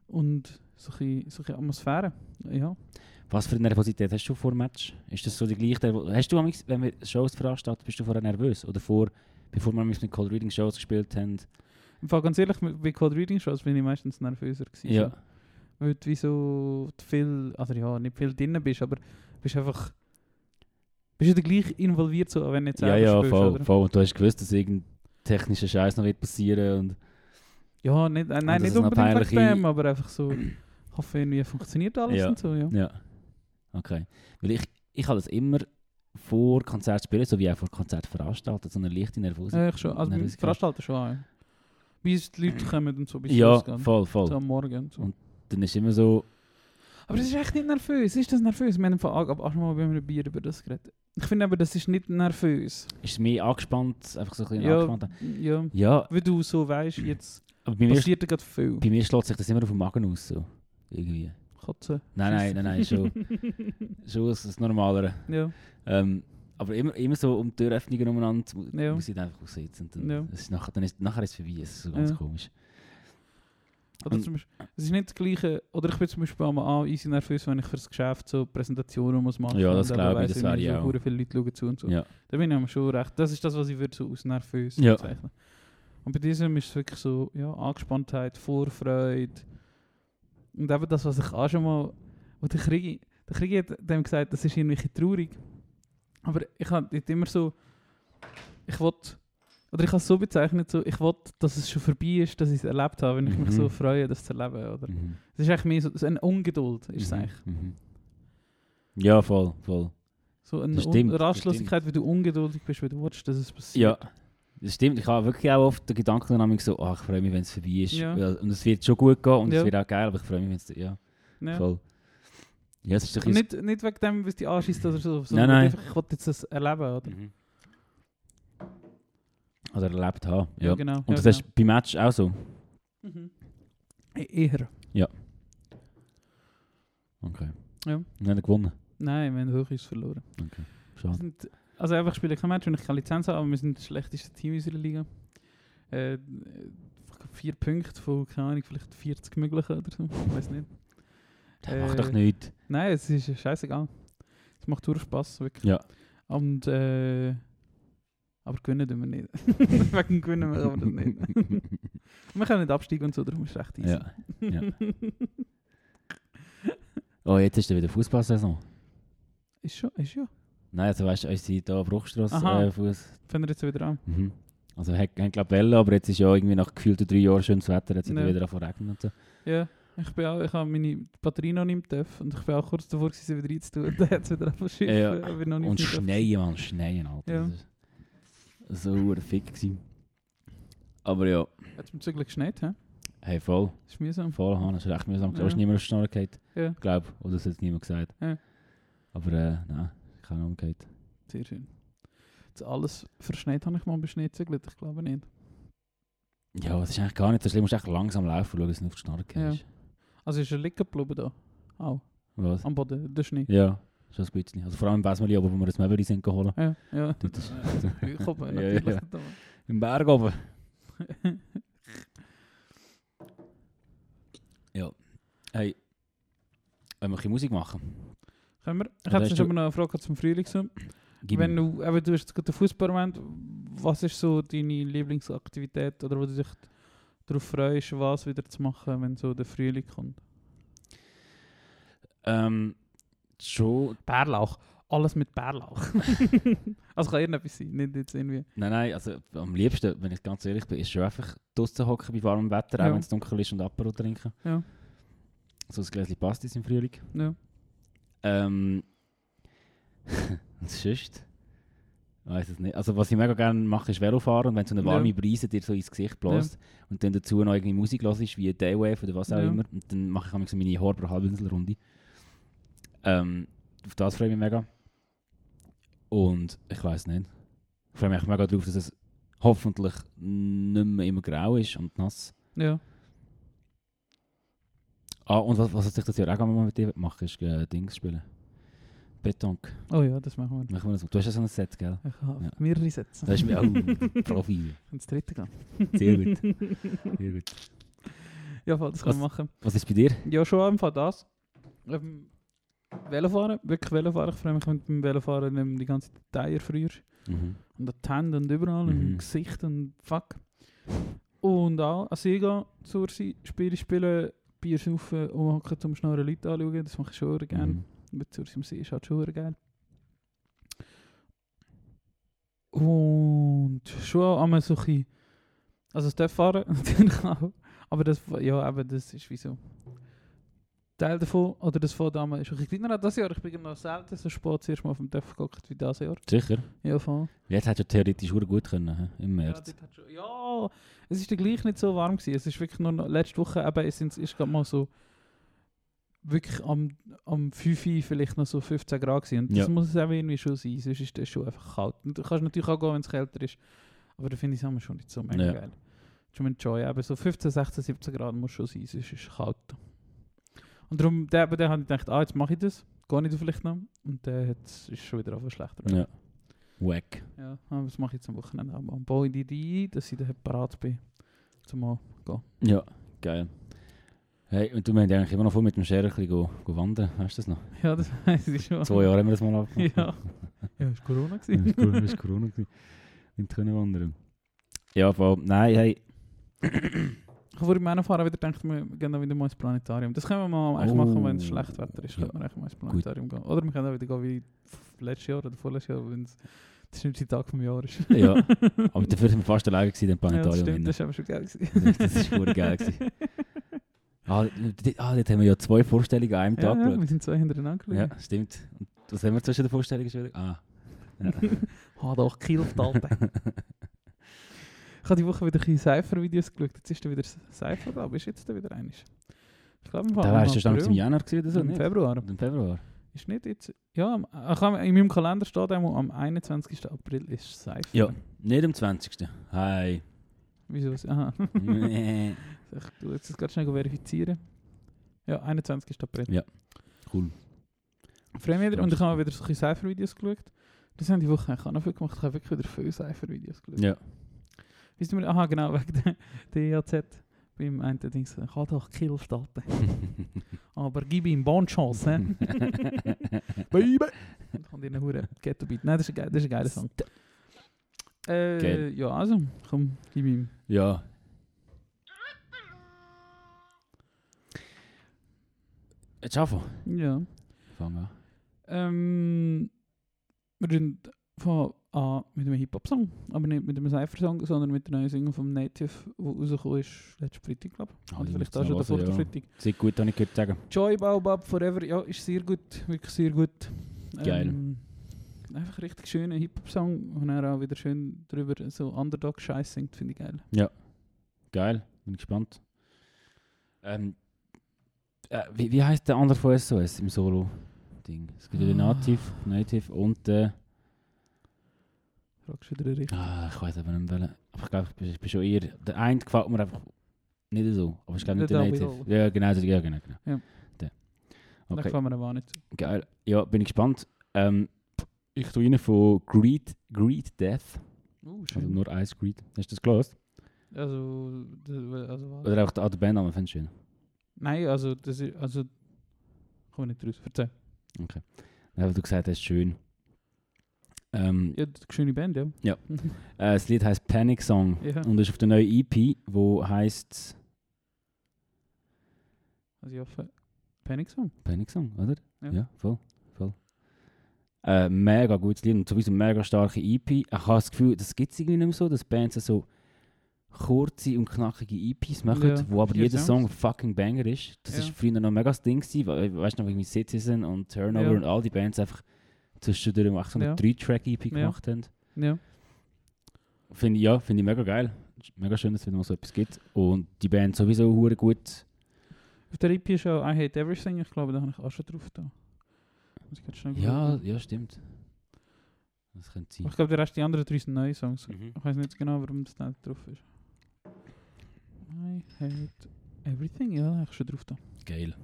Speaker 3: Und solche, solche Atmosphäre, ja.
Speaker 2: Was für eine Nervosität hast du vor dem Match? Ist das so die gleiche Nervosität? Hast du, manchmal, wenn wir Shows veranstalten, bist du vorher nervös? Oder vor, bevor wir mit Cold Reading Shows gespielt haben?
Speaker 3: Im Fall ganz ehrlich, mit- bei Code Reading Shows bin ich meistens nervöser gewesen.
Speaker 2: Ja.
Speaker 3: Weil du wie so viel, also ja, nicht viel drin bist, aber bist einfach, bist du gleich involviert, so, wenn du nicht
Speaker 2: Ja,
Speaker 3: selber
Speaker 2: ja,
Speaker 3: spielst,
Speaker 2: voll,
Speaker 3: oder?
Speaker 2: voll. Und du hast gewusst, dass irgendein technischer Scheiß noch wird passieren und
Speaker 3: Ja, nicht, äh, nein,
Speaker 2: dass
Speaker 3: nicht
Speaker 2: es noch
Speaker 3: unbedingt wegen
Speaker 2: peinliche-
Speaker 3: dem, aber einfach so, ich hoffe irgendwie funktioniert alles
Speaker 2: Ja.
Speaker 3: und so, ja.
Speaker 2: Ja. Okay. Weil ich, ich habe das immer vor Konzert spielen, so wie auch vor Konzert veranstalten, so eine leichte Nervosität.
Speaker 3: Ja, ich schon, also beim
Speaker 2: Nervosität.
Speaker 3: Veranstalter schon auch, ja. Bis die Leute kommen und so, bis sie
Speaker 2: Ja,
Speaker 3: losgehen.
Speaker 2: voll, voll.
Speaker 3: So am Morgen und so.
Speaker 2: Und- Dann ist immer so,
Speaker 3: Aber es ist echt nicht nervös, ist das nervös? Wir haben vorhin auch schon mal bei einem Bier über das geredet. Ich finde aber, das ist nicht nervös.
Speaker 2: ist es mehr angespannt, einfach so ein bisschen
Speaker 3: Ja,
Speaker 2: angespannt.
Speaker 3: ja.
Speaker 2: Ja,
Speaker 3: Weil du so weißt, jetzt
Speaker 2: aber bei mir,
Speaker 3: passiert da gerade viel.
Speaker 2: bei mir schlägt sich das immer auf den Magen aus, so. Irgendwie.
Speaker 3: Katze.
Speaker 2: Nein, nein, nein, nein, schon, schon das, das Normalere.
Speaker 3: Ja,
Speaker 2: Ähm, aber immer, immer so um die Türöffnungen umeinander mu-
Speaker 3: Ja.
Speaker 2: muss ich dann einfach sitzen. Und dann,
Speaker 3: Ja.
Speaker 2: es ist nachher, dann ist, nachher ist es vorbei, es ist so ganz
Speaker 3: Ja.
Speaker 2: komisch.
Speaker 3: oder
Speaker 2: Und-
Speaker 3: zum Beispiel, es ist nicht das gleiche, oder ich bin zum Beispiel einmal auch easy nervös, wenn ich fürs Geschäft so Präsentationen muss machen
Speaker 2: Ja, das
Speaker 3: und eben
Speaker 2: glaube ich,
Speaker 3: weiss,
Speaker 2: das
Speaker 3: wie
Speaker 2: wäre
Speaker 3: mir
Speaker 2: ich
Speaker 3: so
Speaker 2: auch.
Speaker 3: hure viele Leute schauen zu und so.
Speaker 2: Ja.
Speaker 3: Da bin ich aber schon recht, das ist das, was ich würde so aus nervös
Speaker 2: Ja.
Speaker 3: bezeichnen. Und bei diesem ist es wirklich so, ja, Angespanntheit, Vorfreude und eben das, was ich auch schon mal, wo der Krieg, der Krieg hat dem gesagt, das ist irgendwie traurig, aber ich habe dort immer so, ich wollte Oder ich habe es so bezeichnet, so, ich wollte, dass es schon vorbei ist, dass ich es erlebt habe, wenn ich mich
Speaker 2: Mhm.
Speaker 3: so freue, das zu erleben. Oder?
Speaker 2: Mhm.
Speaker 3: Es ist eigentlich mehr so, so eine Ungeduld, ist es
Speaker 2: Mhm.
Speaker 3: eigentlich.
Speaker 2: Mhm. Ja, voll, voll.
Speaker 3: So eine
Speaker 2: Das
Speaker 3: Un-
Speaker 2: stimmt, das
Speaker 3: Rastlosigkeit, weil du ungeduldig bist, weil du willst, dass es
Speaker 2: Ja,
Speaker 3: passiert.
Speaker 2: das stimmt. Ich habe wirklich auch oft den Gedanken dann manchmal so, ah, ich freue mich, wenn es vorbei ist.
Speaker 3: Ja.
Speaker 2: Weil- Und es wird schon gut gehen und
Speaker 3: Ja.
Speaker 2: es wird auch geil, aber ich freue mich, wenn es... Ja,
Speaker 3: Ja.
Speaker 2: voll. Ja, es ist doch...
Speaker 3: Und nicht, nicht wegen dem, was dich anschießt oder so, sondern
Speaker 2: nein.
Speaker 3: einfach, ich wollte jetzt das erleben. Oder?
Speaker 2: Mhm. Oder erlebt haben, ja.
Speaker 3: genau.
Speaker 2: Und
Speaker 3: ja,
Speaker 2: das
Speaker 3: genau.
Speaker 2: ist beim Match auch so?
Speaker 3: Mhm. E eher.
Speaker 2: Okay.
Speaker 3: Ja.
Speaker 2: Und dann hat er gewonnen.
Speaker 3: Nein, wir haben Höchstens verloren. Wir
Speaker 2: Schade.
Speaker 3: Sind, also einfach spielen kein Match, wenn ich keine Lizenz habe, aber wir sind das schlechteste Team in unserer Liga. Äh, ich glaub, vier Punkte von, keine Ahnung, vielleicht 40 möglichen oder so, ich weiß nicht.
Speaker 2: Das
Speaker 3: Äh,
Speaker 2: macht doch nichts.
Speaker 3: Nein, es ist scheißegal. Es macht durch Spass, wirklich.
Speaker 2: Ja.
Speaker 3: Und äh, aber gewinnen tun wir nicht. Wegen gewinnen wir aber das nicht. wir können nicht absteigen und so, darum ist es recht easy.
Speaker 2: ja. ja. Oh, jetzt ist ja wieder Fußballsaison.
Speaker 3: Ist schon, ist ja.
Speaker 2: Nein, also weißt du, uns sind hier Bruchstrasse
Speaker 3: Aha.
Speaker 2: äh, Fuß.
Speaker 3: Fangen wir jetzt wieder an.
Speaker 2: Mhm. Also hä- haben glaube Wellen, aber jetzt ist ja irgendwie nach gefühlten drei Jahren schönes Wetter, jetzt hat
Speaker 3: Ja.
Speaker 2: es wieder angefangen zu regnen und so.
Speaker 3: Ja. Ich bin auch, ich habe meine Batterie noch nicht dürfen und ich bin auch kurz davor, gewesen, sie wieder reinzutun. Dann hat es wieder einfach schief.
Speaker 2: Ja.
Speaker 3: aber noch nicht
Speaker 2: Und
Speaker 3: dürfen.
Speaker 2: Schneien, Mann, Schneien, Alter.
Speaker 3: Ja.
Speaker 2: Das ist so ein Fick gewesen. Aber ja,
Speaker 3: Hat es mir zügig geschneit, hä?
Speaker 2: hey, voll.
Speaker 3: Das ist mühsam.
Speaker 2: Voll, Hahn, das ist recht mühsam. Du
Speaker 3: Ja.
Speaker 2: hast nicht mehr auf die Schnorre gehabt,
Speaker 3: Ja.
Speaker 2: glaube ich. Oder das hat niemand gesagt.
Speaker 3: Ja.
Speaker 2: Aber äh, nein, ich habe umgekehrt.
Speaker 3: Sehr schön. Jetzt alles verschneit habe ich mal beschnitzelt, ich glaube nicht.
Speaker 2: Ja, das ist eigentlich gar nicht so schlimm. Du musst echt langsam laufen und schauen, dass du nicht auf die Schnorre gehst.
Speaker 3: Also ist er liegen geblieben da. Auch.
Speaker 2: Was?
Speaker 3: Am Boden, der Schnee.
Speaker 2: Ja, schon ein bisschen. Also vor allem im Wesmeli, aber wo wir das Möbeli sind geholt.
Speaker 3: Ja, ja.
Speaker 2: Dort ist-
Speaker 3: Ich hoffe
Speaker 2: Ja,
Speaker 3: natürlich.
Speaker 2: ja. Im Berg oben. ja. Hey. Wollen wir ein bisschen Musik machen?
Speaker 3: Können wir? Ich
Speaker 2: Also
Speaker 3: habe
Speaker 2: hast
Speaker 3: jetzt
Speaker 2: du-
Speaker 3: aber noch eine Frage zum Frühling. So.
Speaker 2: Gib
Speaker 3: Wenn
Speaker 2: ihm.
Speaker 3: du, eben, du hast jetzt gerade den Fußball erwähnt, was ist so deine Lieblingsaktivität oder wo du dich darauf freust, was wieder zu machen, wenn so der Frühling kommt?
Speaker 2: Ähm, schon...
Speaker 3: Bärlauch. Alles mit Bärlauch. also kann irgendetwas sein, nicht jetzt irgendwie.
Speaker 2: Nein, nein, also am liebsten, wenn ich ganz ehrlich bin, ist schon einfach draußen hocken bei warmem Wetter,
Speaker 3: Ja.
Speaker 2: auch wenn es dunkel ist und Apero trinken.
Speaker 3: Ja.
Speaker 2: So ein Gläschen Pastis im Frühling.
Speaker 3: Ja.
Speaker 2: Ähm. und sonst? Weiß es nicht. Also, was ich mega gerne mache, ist Velofahren. Und wenn so eine warme
Speaker 3: Ja.
Speaker 2: Brise dir so ins Gesicht bläst und dann dazu noch irgendwie Musik hörst, wie Daywave oder was auch
Speaker 3: Ja.
Speaker 2: immer, und dann mache ich manchmal so meine Horber Halbinselrunde. Ähm, auf das freue ich mich mega. Und ich weiß nicht. Ich freue mich mega darauf, dass es hoffentlich nicht mehr immer grau ist und nass.
Speaker 3: ja.
Speaker 2: Ah, und was, was ich das Jahr auch gerne mal mit dir machen will, ist äh, Dings spielen. Betonk.
Speaker 3: Oh ja, das machen wir.
Speaker 2: Machen wir das mal. Du hast ja so ein Set, gell?
Speaker 3: Ich habe
Speaker 2: Ja.
Speaker 3: mehrere Sätze.
Speaker 2: Das ist mir auch oh, Profi.
Speaker 3: Und das dritte gehen.
Speaker 2: Sehr gut. Sehr gut.
Speaker 3: Ja, voll, das kann man machen.
Speaker 2: Was ist bei dir?
Speaker 3: Ja, schon einfach das. Ähm, Velofahren, wirklich Velofahren. Ich freue mich mit dem Velofahren ähm, die ganze Teier früher.
Speaker 2: Mhm.
Speaker 3: Und an die Hände und überall und
Speaker 2: Mhm.
Speaker 3: im Gesicht und fuck. Und auch an Sega zur Seite, Spiele spielen, Bier saufen, umhocken, zum Schnorren Leute anschauen. Das mache ich schon gerne.
Speaker 2: Mhm.
Speaker 3: mit Zürich im See ist halt schon geil. Und schon auch einmal so ein bisschen- also es darf fahren, natürlich auch, aber das, ja, aber das ist wie so. Teil davon, oder das von damals ist ein bisschen kleiner als das Jahr. Ich bin noch selten so spät das erste Mal auf dem Dörf geguckt wie das Jahr.
Speaker 2: Sicher.
Speaker 3: Ja, voll.
Speaker 2: Jetzt hättest du theoretisch sehr gut können, hä? im
Speaker 3: Ja,
Speaker 2: März.
Speaker 3: dort hat schon, ja, es ist dann gleich nicht so warm gewesen. Es ist wirklich nur noch, letzte Woche eben, es sind, ist gerade mal so wirklich am, am 5 Uhr vielleicht noch so 15 Grad gewesen. Und
Speaker 2: Ja.
Speaker 3: das muss es auch irgendwie schon sein, sonst ist das schon einfach kalt. Und du kannst natürlich auch gehen, wenn es kälter ist, aber da finde ich es immer schon nicht so mega
Speaker 2: Ja.
Speaker 3: geil. Zum Enjoy, aber so 15, 16, 17 Grad muss schon sein, sonst ist es kalt. Und darum, der, eben, der hat gedacht, ah, jetzt mache ich das, gehe ich da vielleicht noch. Und der hat, ist schon wieder auf schlechter
Speaker 2: Ja. Wack.
Speaker 3: ja, aber das mache ich jetzt am Wochenende auch mal. Und baue die Idee ein, dass ich dann parat bin. Zumal.
Speaker 2: Ja, geil. Hey, und du meinst eigentlich immer noch vor mit dem Scherer ein bisschen go, go wandern, weißt du das noch?
Speaker 3: Ja, das weiß ich schon.
Speaker 2: Zwei Jahre haben wir das mal abgemacht.
Speaker 3: Ja. Ja, ist Corona
Speaker 2: Ja,
Speaker 3: gewesen.
Speaker 2: das war das war Corona. gewesen. Nicht können wandern. Ja, voll. Nein, hey.
Speaker 3: Ich würde meinen Fahrern wieder gedacht, wir gehen dann wieder mal ins Planetarium. Das können wir mal eigentlich
Speaker 2: Oh.
Speaker 3: machen, wenn es schlecht Wetter ist.
Speaker 2: Ja.
Speaker 3: Können wir eigentlich mal ins Planetarium gehen. Oder wir können auch wieder gehen wie f- letztes Jahr oder vorletztes Jahr, wenn es der schlimmste Tag vom Jahr ist.
Speaker 2: Ja, aber dafür sind wir fast alleine gewesen, im
Speaker 3: ja, das
Speaker 2: Planetarium.
Speaker 3: stimmt,
Speaker 2: hinten.
Speaker 3: das war aber schon geil. Gewesen.
Speaker 2: das ist verdammt geil. Gewesen. Ah, dort, ah, dort haben wir ja zwei Vorstellungen an einem
Speaker 3: Ja,
Speaker 2: Tag
Speaker 3: ja,
Speaker 2: geschaut.
Speaker 3: wir sind zwei hintereinander gelegen.
Speaker 2: Ja, stimmt. Und was haben wir zwischen den Vorstellungen schon wieder? Ah. Ja.
Speaker 3: Ha, doch, gekillt, Alter. ich habe die Woche wieder ein bisschen Cypher-Videos geschaut. Jetzt ist da wieder Cypher da, aber ist jetzt da wieder einiges. Ich glaube, im
Speaker 2: da wärst du schon im Januar gewesen oder so,
Speaker 3: Im
Speaker 2: nicht?
Speaker 3: Februar.
Speaker 2: Im Februar.
Speaker 3: Ist nicht jetzt... Ja, am- ich habe- in meinem Kalender steht einmal, am 21. April ist Cypher.
Speaker 2: Ja. Nicht am 20. Hi.
Speaker 3: Wieso? Aha.
Speaker 2: Nee.
Speaker 3: ich tu jetzt das ganz schnell verifizieren. Ja, 21. April.
Speaker 2: cool.
Speaker 3: Freue mich wieder. Und ich habe wieder so ein bisschen Cypher-Videos geschaut. Das haben die Woche eigentlich auch noch viel gemacht. Ich habe wirklich wieder viele Cypher-Videos geschaut.
Speaker 2: Ja.
Speaker 3: Wisst ihr, aha, genau, wegen der- der EAZ. Beim einen Dings, ich habe doch Kill starten. Aber gib ihm Bonchance, ne? Baby! Dann kommt ihr Hure Ghetto Beat. Nein, das ist ein, ge- das ist ein geiler Song. Äh,
Speaker 2: Geil.
Speaker 3: Ja, also, komm, gib ihm.
Speaker 2: ja. Jetzt schaffen wir.
Speaker 3: Ja.
Speaker 2: Fangen wir an.
Speaker 3: Ähm, wir sind von an mit einem Hip-Hop-Song, aber nicht mit einem Cypher-Song, sondern mit der neuen Single vom Native, die rausgekommen ist letzten Freitag, glaube ich.
Speaker 2: Ah,
Speaker 3: Oder
Speaker 2: die
Speaker 3: vielleicht
Speaker 2: muss ich
Speaker 3: auch schon
Speaker 2: noch
Speaker 3: davor,
Speaker 2: hören,
Speaker 3: der
Speaker 2: ja.
Speaker 3: Freitag.
Speaker 2: Sehr gut, habe ich gehört sagen.
Speaker 3: Joy Baobab Forever, ja, ist sehr gut, wirklich sehr gut.
Speaker 2: Geil.
Speaker 3: Ähm, einfach ein richtig schöner Hip-Hop-Song, und er auch wieder schön drüber so Underdog-Scheiß singt, finde ich geil.
Speaker 2: Geil, bin gespannt. Ähm, äh, wie, wie heißt der andere von SOS im Solo-Ding? Es gibt ja den
Speaker 3: Ah.
Speaker 2: Native, Native und den.
Speaker 3: Fragst du wieder richtig.
Speaker 2: Ah, ich weiß aber nicht mehr welchen. Aber ich glaube, ich bin, ich bin schon eher. Der eine gefällt mir einfach nicht so. Aber ich glaube nicht der
Speaker 3: Der Double
Speaker 2: Native. Ja, genau, der- ja, genau. genau.
Speaker 3: Ja.
Speaker 2: Der.
Speaker 3: Da
Speaker 2: Okay,
Speaker 3: kann man aber auch nicht.
Speaker 2: geil. Ja, bin ich gespannt. Ähm, ich tue rein von Greed, Greed Death.
Speaker 3: Uh,
Speaker 2: Also
Speaker 3: schön.
Speaker 2: nur Ice Greed. Hast du das gelesen?
Speaker 3: Also, das- also, was?
Speaker 2: Oder auch der, auch der Bandname findest du schön.
Speaker 3: Nein, also, das ist, also, komm nicht raus, verzeih.
Speaker 2: Ja, weil du gesagt hast, schön. Ähm,
Speaker 3: Ja, das ist eine schöne Band,
Speaker 2: Äh,
Speaker 3: ja.
Speaker 2: das Lied heißt Panic Song
Speaker 3: Ja.
Speaker 2: und ist auf der neuen EP, wo heißt
Speaker 3: Also, ich hoffe, Panic Song.
Speaker 2: Panic Song, oder?
Speaker 3: Ja.
Speaker 2: voll, voll. Äh, mega gutes Lied und sowieso mega starke EP. Ich habe das Gefühl, das gibt es irgendwie nicht mehr so, dass Bands so kurze und knackige EPs machen,
Speaker 3: Ja,
Speaker 2: wo aber
Speaker 3: vier
Speaker 2: jeder
Speaker 3: Songs.
Speaker 2: Song fucking Banger ist. Das
Speaker 3: Ja.
Speaker 2: ist früher noch mega das Ding gewesen, weil, äh, weißt du noch, irgendwie Citizen und Turnover
Speaker 3: Ja.
Speaker 2: und all die Bands einfach zwischendurch auch so eine
Speaker 3: Ja.
Speaker 2: 3-Track-EP
Speaker 3: Ja.
Speaker 2: gemacht haben.
Speaker 3: Ja.
Speaker 2: Finde ich, ja, finde ich mega geil. Ist Mega schön, dass es wieder mal so etwas gibt. Und die Band sowieso hure gut.
Speaker 3: Auf der EP ist auch I Hate Everything, ich glaube, da habe ich auch schon drauf da. Muss ich ganz schnell
Speaker 2: Ja,
Speaker 3: schauen.
Speaker 2: ja, stimmt. Das könnte sein.
Speaker 3: Ich glaube, der Rest, die anderen drei sind neue Songs.
Speaker 2: Mhm.
Speaker 3: Ich weiß nicht genau, warum das nicht drauf ist. I hate everything. Ja, ich schon drauf da.
Speaker 2: Geil.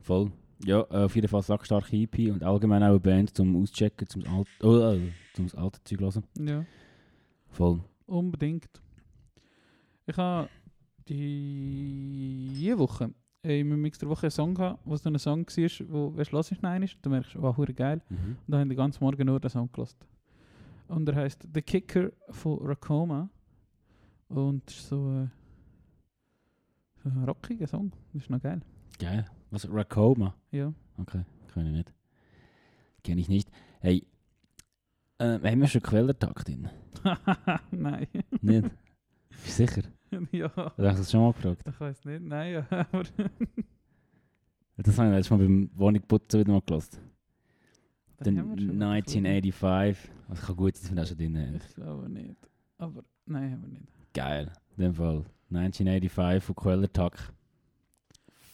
Speaker 2: Voll. Ja, äh, auf jeden Fall sackstarke EP und allgemein auch eine Band zum Auschecken, zum Alt oh, äh, zum das alte Zeug hören.
Speaker 3: Ja,
Speaker 2: Voll.
Speaker 3: unbedingt. Ich habe die Woche äh, in meinem Mix der Woche einen Song gehabt, wo es dann ein Song war, wo, weißt du, lass ich einen, du merkst, wow, hure geil.
Speaker 2: Mhm.
Speaker 3: Und dann haben den ganzen Morgen nur den Song gelassen. Und er heißt The Kicker von Racoma. Und ist so, äh, so ein rockiger Song. Das ist noch geil.
Speaker 2: Geil. Was? Racoma?
Speaker 3: Ja.
Speaker 2: Okay, kann ich nicht. Kenne ich nicht. Hey, äh, haben wir schon Quellertag drin?
Speaker 3: Nein.
Speaker 2: nicht? Bist du sicher?
Speaker 3: ja,
Speaker 2: Oder hast du das schon mal gefragt?
Speaker 3: ich weiß nicht. Nein, ja, aber
Speaker 2: Das habe ich letztes Mal beim Wohnungputzen wieder mal gehört.
Speaker 3: dann
Speaker 2: Den
Speaker 3: haben wir schon mal gefunden.
Speaker 2: 1985. Also kann gut sein, dass wir das schon drin haben.
Speaker 3: Ich glaube nicht. Aber nein, haben wir nicht.
Speaker 2: Geil. In dem Fall 1985 von Quellertag.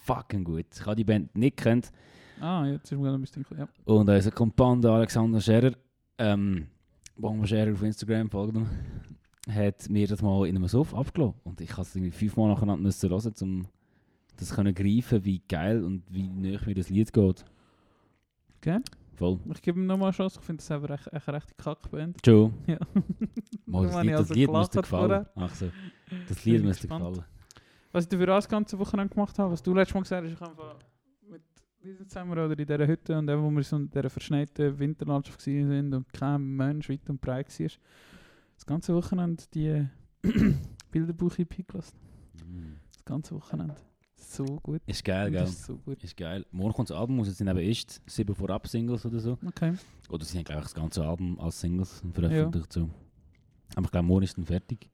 Speaker 2: Fucking gut. Ich habe die Band nicht kennt.
Speaker 3: Ah, jetzt ist mir gerade ein bisschen klar. Ja.
Speaker 2: Und unser Kompan, der Alexander Scherer, ähm, Bomber Scherer auf Instagram, folgt ihm, hat mir das mal in einem Sof abgelassen. Und ich musste es irgendwie fünfmal nacheinander müssen hören, um das können greifen, wie geil und wie näher mir das Lied geht.
Speaker 3: Gell?
Speaker 2: Voll.
Speaker 3: Ich gebe ihm nochmal eine Chance. Ich finde das selber echt, echt eine rechte Kackband.
Speaker 2: Joe.
Speaker 3: Ja.
Speaker 2: Mal,
Speaker 3: Da
Speaker 2: das
Speaker 3: habe
Speaker 2: Lied,
Speaker 3: ich
Speaker 2: das
Speaker 3: also
Speaker 2: Lied muss dir
Speaker 3: gelacht vorher.
Speaker 2: gefallen. Ach so. Das
Speaker 3: Bin
Speaker 2: Lied
Speaker 3: ich
Speaker 2: muss dir
Speaker 3: gespannt.
Speaker 2: gefallen.
Speaker 3: Was ich dafür auch das ganze Wochenende gemacht habe, was du letztes Mal gesagt hast, ich habe einfach mit diesem Zimmer oder in dieser Hütte und eben, wo wir so in dieser verschneiten Winterlandschaft gewesen sind und kein Mensch weit und breit war, das ganze Wochenende die Bilderbuch in gelassen.
Speaker 2: Mhm.
Speaker 3: Das ganze Wochenende. So gut.
Speaker 2: Ist geil,
Speaker 3: Das
Speaker 2: gell?
Speaker 3: ist so gut.
Speaker 2: Ist geil. Morgen kommt das Album, raus, es sind eben erst sieben Vorab-Singles oder so.
Speaker 3: Okay.
Speaker 2: Oder sie haben, glaube ich, das ganze Album als Singles veröffentlicht. So. Aber ich glaube, morgen ist dann fertig.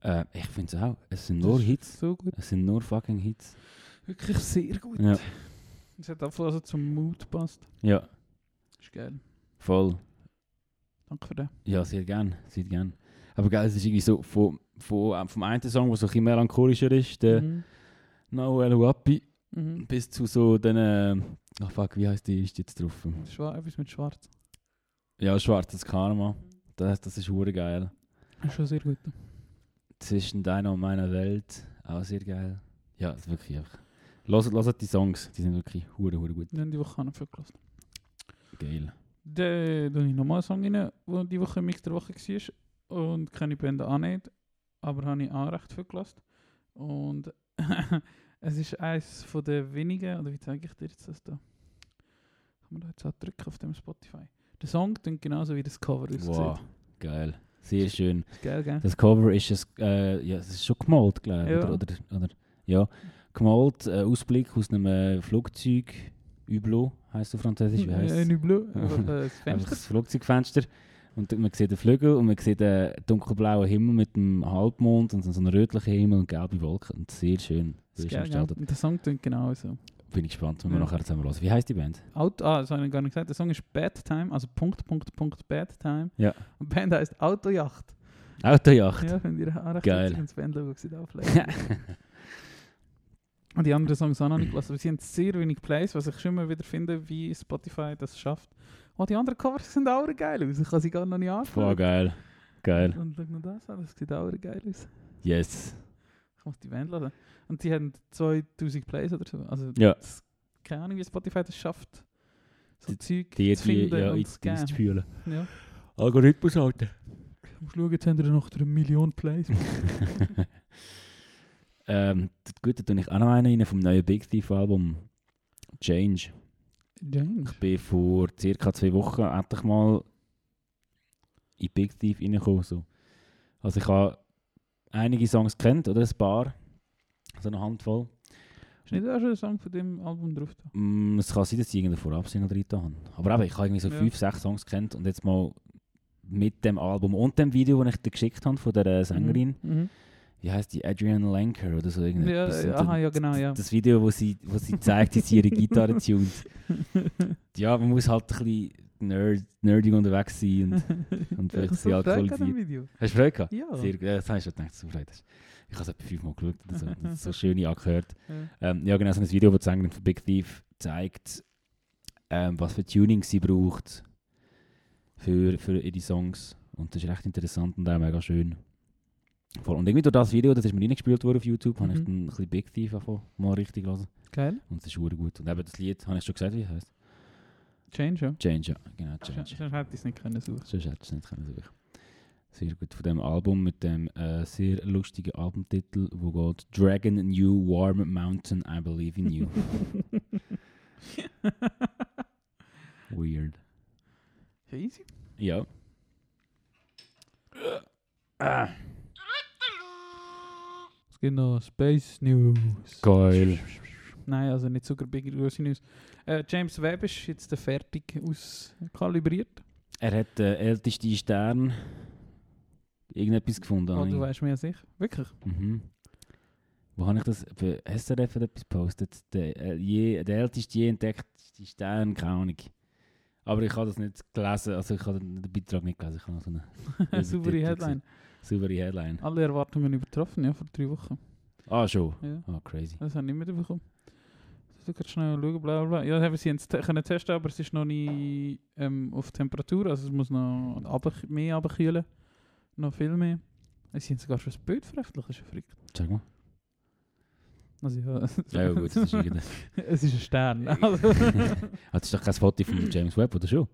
Speaker 2: Äh, ich finde es auch. Es sind nur
Speaker 3: Das ist
Speaker 2: Hits.
Speaker 3: So gut.
Speaker 2: Es sind nur fucking Hits.
Speaker 3: Wirklich sehr gut.
Speaker 2: Ja,
Speaker 3: Es hat auch voll also zum Mut passt.
Speaker 2: ja
Speaker 3: Ist geil.
Speaker 2: voll.
Speaker 3: Danke für den.
Speaker 2: Ja, sehr gern. Sehr gern. Aber geil, es ist irgendwie so von, von, äh, vom einen Song, der so ein bisschen melancholischer ist, der
Speaker 3: Mhm.
Speaker 2: No Hello Happy,
Speaker 3: Mhm.
Speaker 2: bis zu so den. Äh, oh fuck, wie heißt die? Ist die jetzt drauf?
Speaker 3: Schwa etwas mit Schwarz.
Speaker 2: Ja, Schwarzes Karma. Das, das ist hure geil.
Speaker 3: Das ist schon sehr gut.
Speaker 2: Zwischen deiner und meiner Welt. Auch sehr geil. Ja, das ist wirklich einfach. Hört, hört die Songs, die sind wirklich hure, hure gut.
Speaker 3: Dann die Woche noch viel gelassen.
Speaker 2: Geil.
Speaker 3: Dann tue ich nochmal einen Song rein, der die Woche im Mix der Woche war. Und keine Bände auch nicht. Aber habe ich auch recht viel gelassen. Und es ist eines von den wenigen, oder wie zeige ich dir jetzt das da? Kann man da jetzt auch drücken auf dem Spotify? Der Song klingt genauso wie das Cover aussieht.
Speaker 2: Wow, geil. Sehr schön.
Speaker 3: Ist geil, gell?
Speaker 2: Das Cover ist, es, äh, ja, es ist schon gemalt, glaube ich.
Speaker 3: Ja.
Speaker 2: Oder, oder, oder, ja. Gemalt, äh, Ausblick aus einem äh, Flugzeug. Hublot heisst auf Französisch. Wie heisst
Speaker 3: Äh,
Speaker 2: es?
Speaker 3: nicht blöd, aber das
Speaker 2: Einfach
Speaker 3: Fenster.
Speaker 2: das Flugzeugfenster. Und man sieht den Flügel und man sieht den dunkelblauen Himmel mit dem Halbmond und so einen rötlichen Himmel und gelbe Wolken. Und sehr schön.
Speaker 3: Ist
Speaker 2: Sehr schön
Speaker 3: geil, gell?
Speaker 2: gestaltet.
Speaker 3: Und der Song klingt genauso.
Speaker 2: Bin ich gespannt, wenn wir
Speaker 3: Ja.
Speaker 2: nachher zusammen hören. Wie heißt die Band?
Speaker 3: Auto, ah, das habe ich gar nicht gesagt. Der Song ist Bad Time, also Punkt, Punkt, Punkt, Bad Time.
Speaker 2: Ja.
Speaker 3: Und die Band heißt Autojacht.
Speaker 2: Autojacht.
Speaker 3: Ja, wenn ihr auch recht
Speaker 2: Geil.
Speaker 3: witzig, wenn das Bandlogo sieht auflegen. Und die anderen Songs auch noch nicht gelassen. aber Sie haben sehr wenig Plays, was ich schon immer wieder finde, wie Spotify das schafft. Oh, die anderen Covers sind auch geil aus. Ich kann sie gar noch nicht
Speaker 2: Voll
Speaker 3: anschauen.
Speaker 2: geil. Geil.
Speaker 3: Und schau noch das an, das sieht auch geil aus.
Speaker 2: Yes.
Speaker 3: Ich muss die Band laden. Und die haben 2000 Plays oder so. Also,
Speaker 2: Ja.
Speaker 3: das, keine Ahnung, wie Spotify das schafft. So
Speaker 2: Die-
Speaker 3: Zeug
Speaker 2: Die
Speaker 3: zu
Speaker 2: irgendwie
Speaker 3: finden
Speaker 2: ja,
Speaker 3: und
Speaker 2: in-
Speaker 3: zu
Speaker 2: in-
Speaker 3: geben.
Speaker 2: fühlen.
Speaker 3: Ja.
Speaker 2: Algorithmus halten.
Speaker 3: Du musst schauen, jetzt haben wir noch eine Million Plays.
Speaker 2: ähm, d- gut, da tue ich auch noch einen rein vom neuen Big Thief Album. Change.
Speaker 3: James.
Speaker 2: Ich bin vor circa zwei Wochen endlich mal in Big Thief reingekommen. So. Also ich habe einige Songs kennt oder ein paar. So eine Handvoll.
Speaker 3: Ist nicht auch schon ein Song von dem Album drauf? Da?
Speaker 2: Mm, es kann sein, dass ich irgendeine Vorab-Single drin haben. Aber eben, ich habe irgendwie so
Speaker 3: Ja.
Speaker 2: fünf, sechs Songs kennt und jetzt mal mit dem Album und dem Video, das ich dir geschickt habe von der äh, Sängerin,
Speaker 3: Mhm.
Speaker 2: wie heißt die? Adrian Lenker oder so
Speaker 3: Mhm.
Speaker 2: irgendwie.
Speaker 3: Ja,
Speaker 2: Das-
Speaker 3: ja, aha, ja, genau, ja.
Speaker 2: Das Video, wo sie, wo sie zeigt, wie sie ihre Gitarre tunt. Ja, man muss halt ein bisschen nerd, nerdig unterwegs sein und, und vielleicht sie alkoholisiert.
Speaker 3: Video.
Speaker 2: Hast du Freude gehabt?
Speaker 3: Ja.
Speaker 2: Sehr gut. Ja, Das habe ich schon gedacht, dass du Freude hast. Ich habe es etwa fünfmal geschaut oder so. Das ist so schön angehört.
Speaker 3: Ja.
Speaker 2: Ähm, ja, genau, so ein Video, das die Sängerin von Big Thief zeigt, ähm, was für Tuning sie braucht für, für ihre Songs. Und das ist recht interessant und auch mega schön. Voll. Und irgendwie durch das Video, das ist mir reingespielt worden auf YouTube, habe ich
Speaker 3: Mhm.
Speaker 2: dann ein bisschen Big Thief angefangen, mal richtig hören.
Speaker 3: Geil.
Speaker 2: Und es ist verdammt gut. Und eben das Lied, habe ich schon gesagt, wie es heisst?
Speaker 3: Change, ja.
Speaker 2: Change, ja. Genau, Change.
Speaker 3: Sonst hätte ich es nicht können suchen.
Speaker 2: Sonst hättest du es nicht können suchen. Sehr gut. Von dem Album mit dem äh, sehr lustigen Albumtitel, wo geht Dragon New Warm Mountain, I Believe in You. Weird.
Speaker 3: Ja, easy.
Speaker 2: Ja.
Speaker 3: Es gibt noch Space News.
Speaker 2: Geil.
Speaker 3: Nein, also nicht sogar Big große News. Äh, James Webb ist jetzt fertig auskalibriert.
Speaker 2: Er hat den ältesten Stern irgendetwas gefunden.
Speaker 3: Oh,
Speaker 2: habe ich.
Speaker 3: du weißt mehr als ich. Wirklich?
Speaker 2: Mhm. Wo habe ich das? Bei SRF hat etwas gepostet. Der, äh, je, der älteste je entdeckte Stern, keine Ahnung. Aber ich habe das nicht gelesen, also ich habe den den Beitrag nicht gelesen. Ich habe nur so eine
Speaker 3: Saubere
Speaker 2: Übertitel
Speaker 3: Headline.
Speaker 2: gesehen. saubere Headline.
Speaker 3: Alle Erwartungen übertroffen, ja, vor drei Wochen.
Speaker 2: Ah, schon.
Speaker 3: Ja,
Speaker 2: Ah, crazy.
Speaker 3: das habe ich nicht mitbekommen. Du kannst schnell schauen, bla bla bla. Ja, das haben sie jetzt te- können testen, aber es ist noch nicht ähm, auf Temperatur, also es muss noch runter, mehr runterkühlen. Noch viel mehr. Es sind sogar schon das Bild veröffentlicht, das ist ja verrückt.
Speaker 2: Sag mal.
Speaker 3: Also ja,
Speaker 2: Ja, gut, das ist irgendwie.
Speaker 3: es ist ein Stern. Also.
Speaker 2: Ah, das ist doch kein Foto von James Webb, oder schon?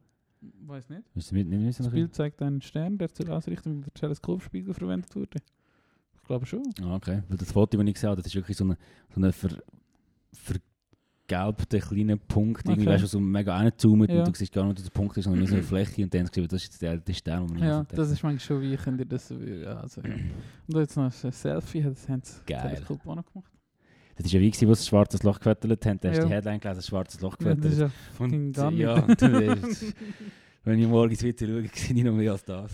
Speaker 3: Weiß nicht.
Speaker 2: Willst du nicht nicht wissen?
Speaker 3: Das
Speaker 2: nachher?
Speaker 3: Bild zeigt einen Stern, der zur Ausrichtung der Teleskopspiegel verwendet wurde. Ich glaube schon.
Speaker 2: Ah, okay. Weil das Foto, das ich gesehen habe, das ist wirklich so ein so eine ver, vergelbter kleiner Punkt. Irgendwie
Speaker 3: Okay.
Speaker 2: weißt du, so mega reinzoomt
Speaker 3: Ja.
Speaker 2: und du siehst gar nicht, dass der Punkt ist, sondern nur so eine Fläche und dann siehst du, das ist jetzt der älteste Stern, den wir
Speaker 3: Ja,
Speaker 2: jemals
Speaker 3: das
Speaker 2: entdeckt
Speaker 3: ist manchmal schon, wie ich in dir das so ja, also, ja. Und jetzt noch ein Selfie, das haben sie
Speaker 2: Geil.
Speaker 3: das Teleskop auch noch gemacht.
Speaker 2: haben. Das ist ja wie, gewesen, wo sie das schwarze Loch gewettelt haben. Da hast du
Speaker 3: Ja.
Speaker 2: die Headline gelesen, das schwarze Loch
Speaker 3: Ja, das
Speaker 2: gewettelt.
Speaker 3: ist ja fucking
Speaker 2: und,
Speaker 3: gar
Speaker 2: ja,
Speaker 3: nicht.
Speaker 2: und dann, äh, wenn ich morgens wieder schaue, sehe ich noch mehr als das.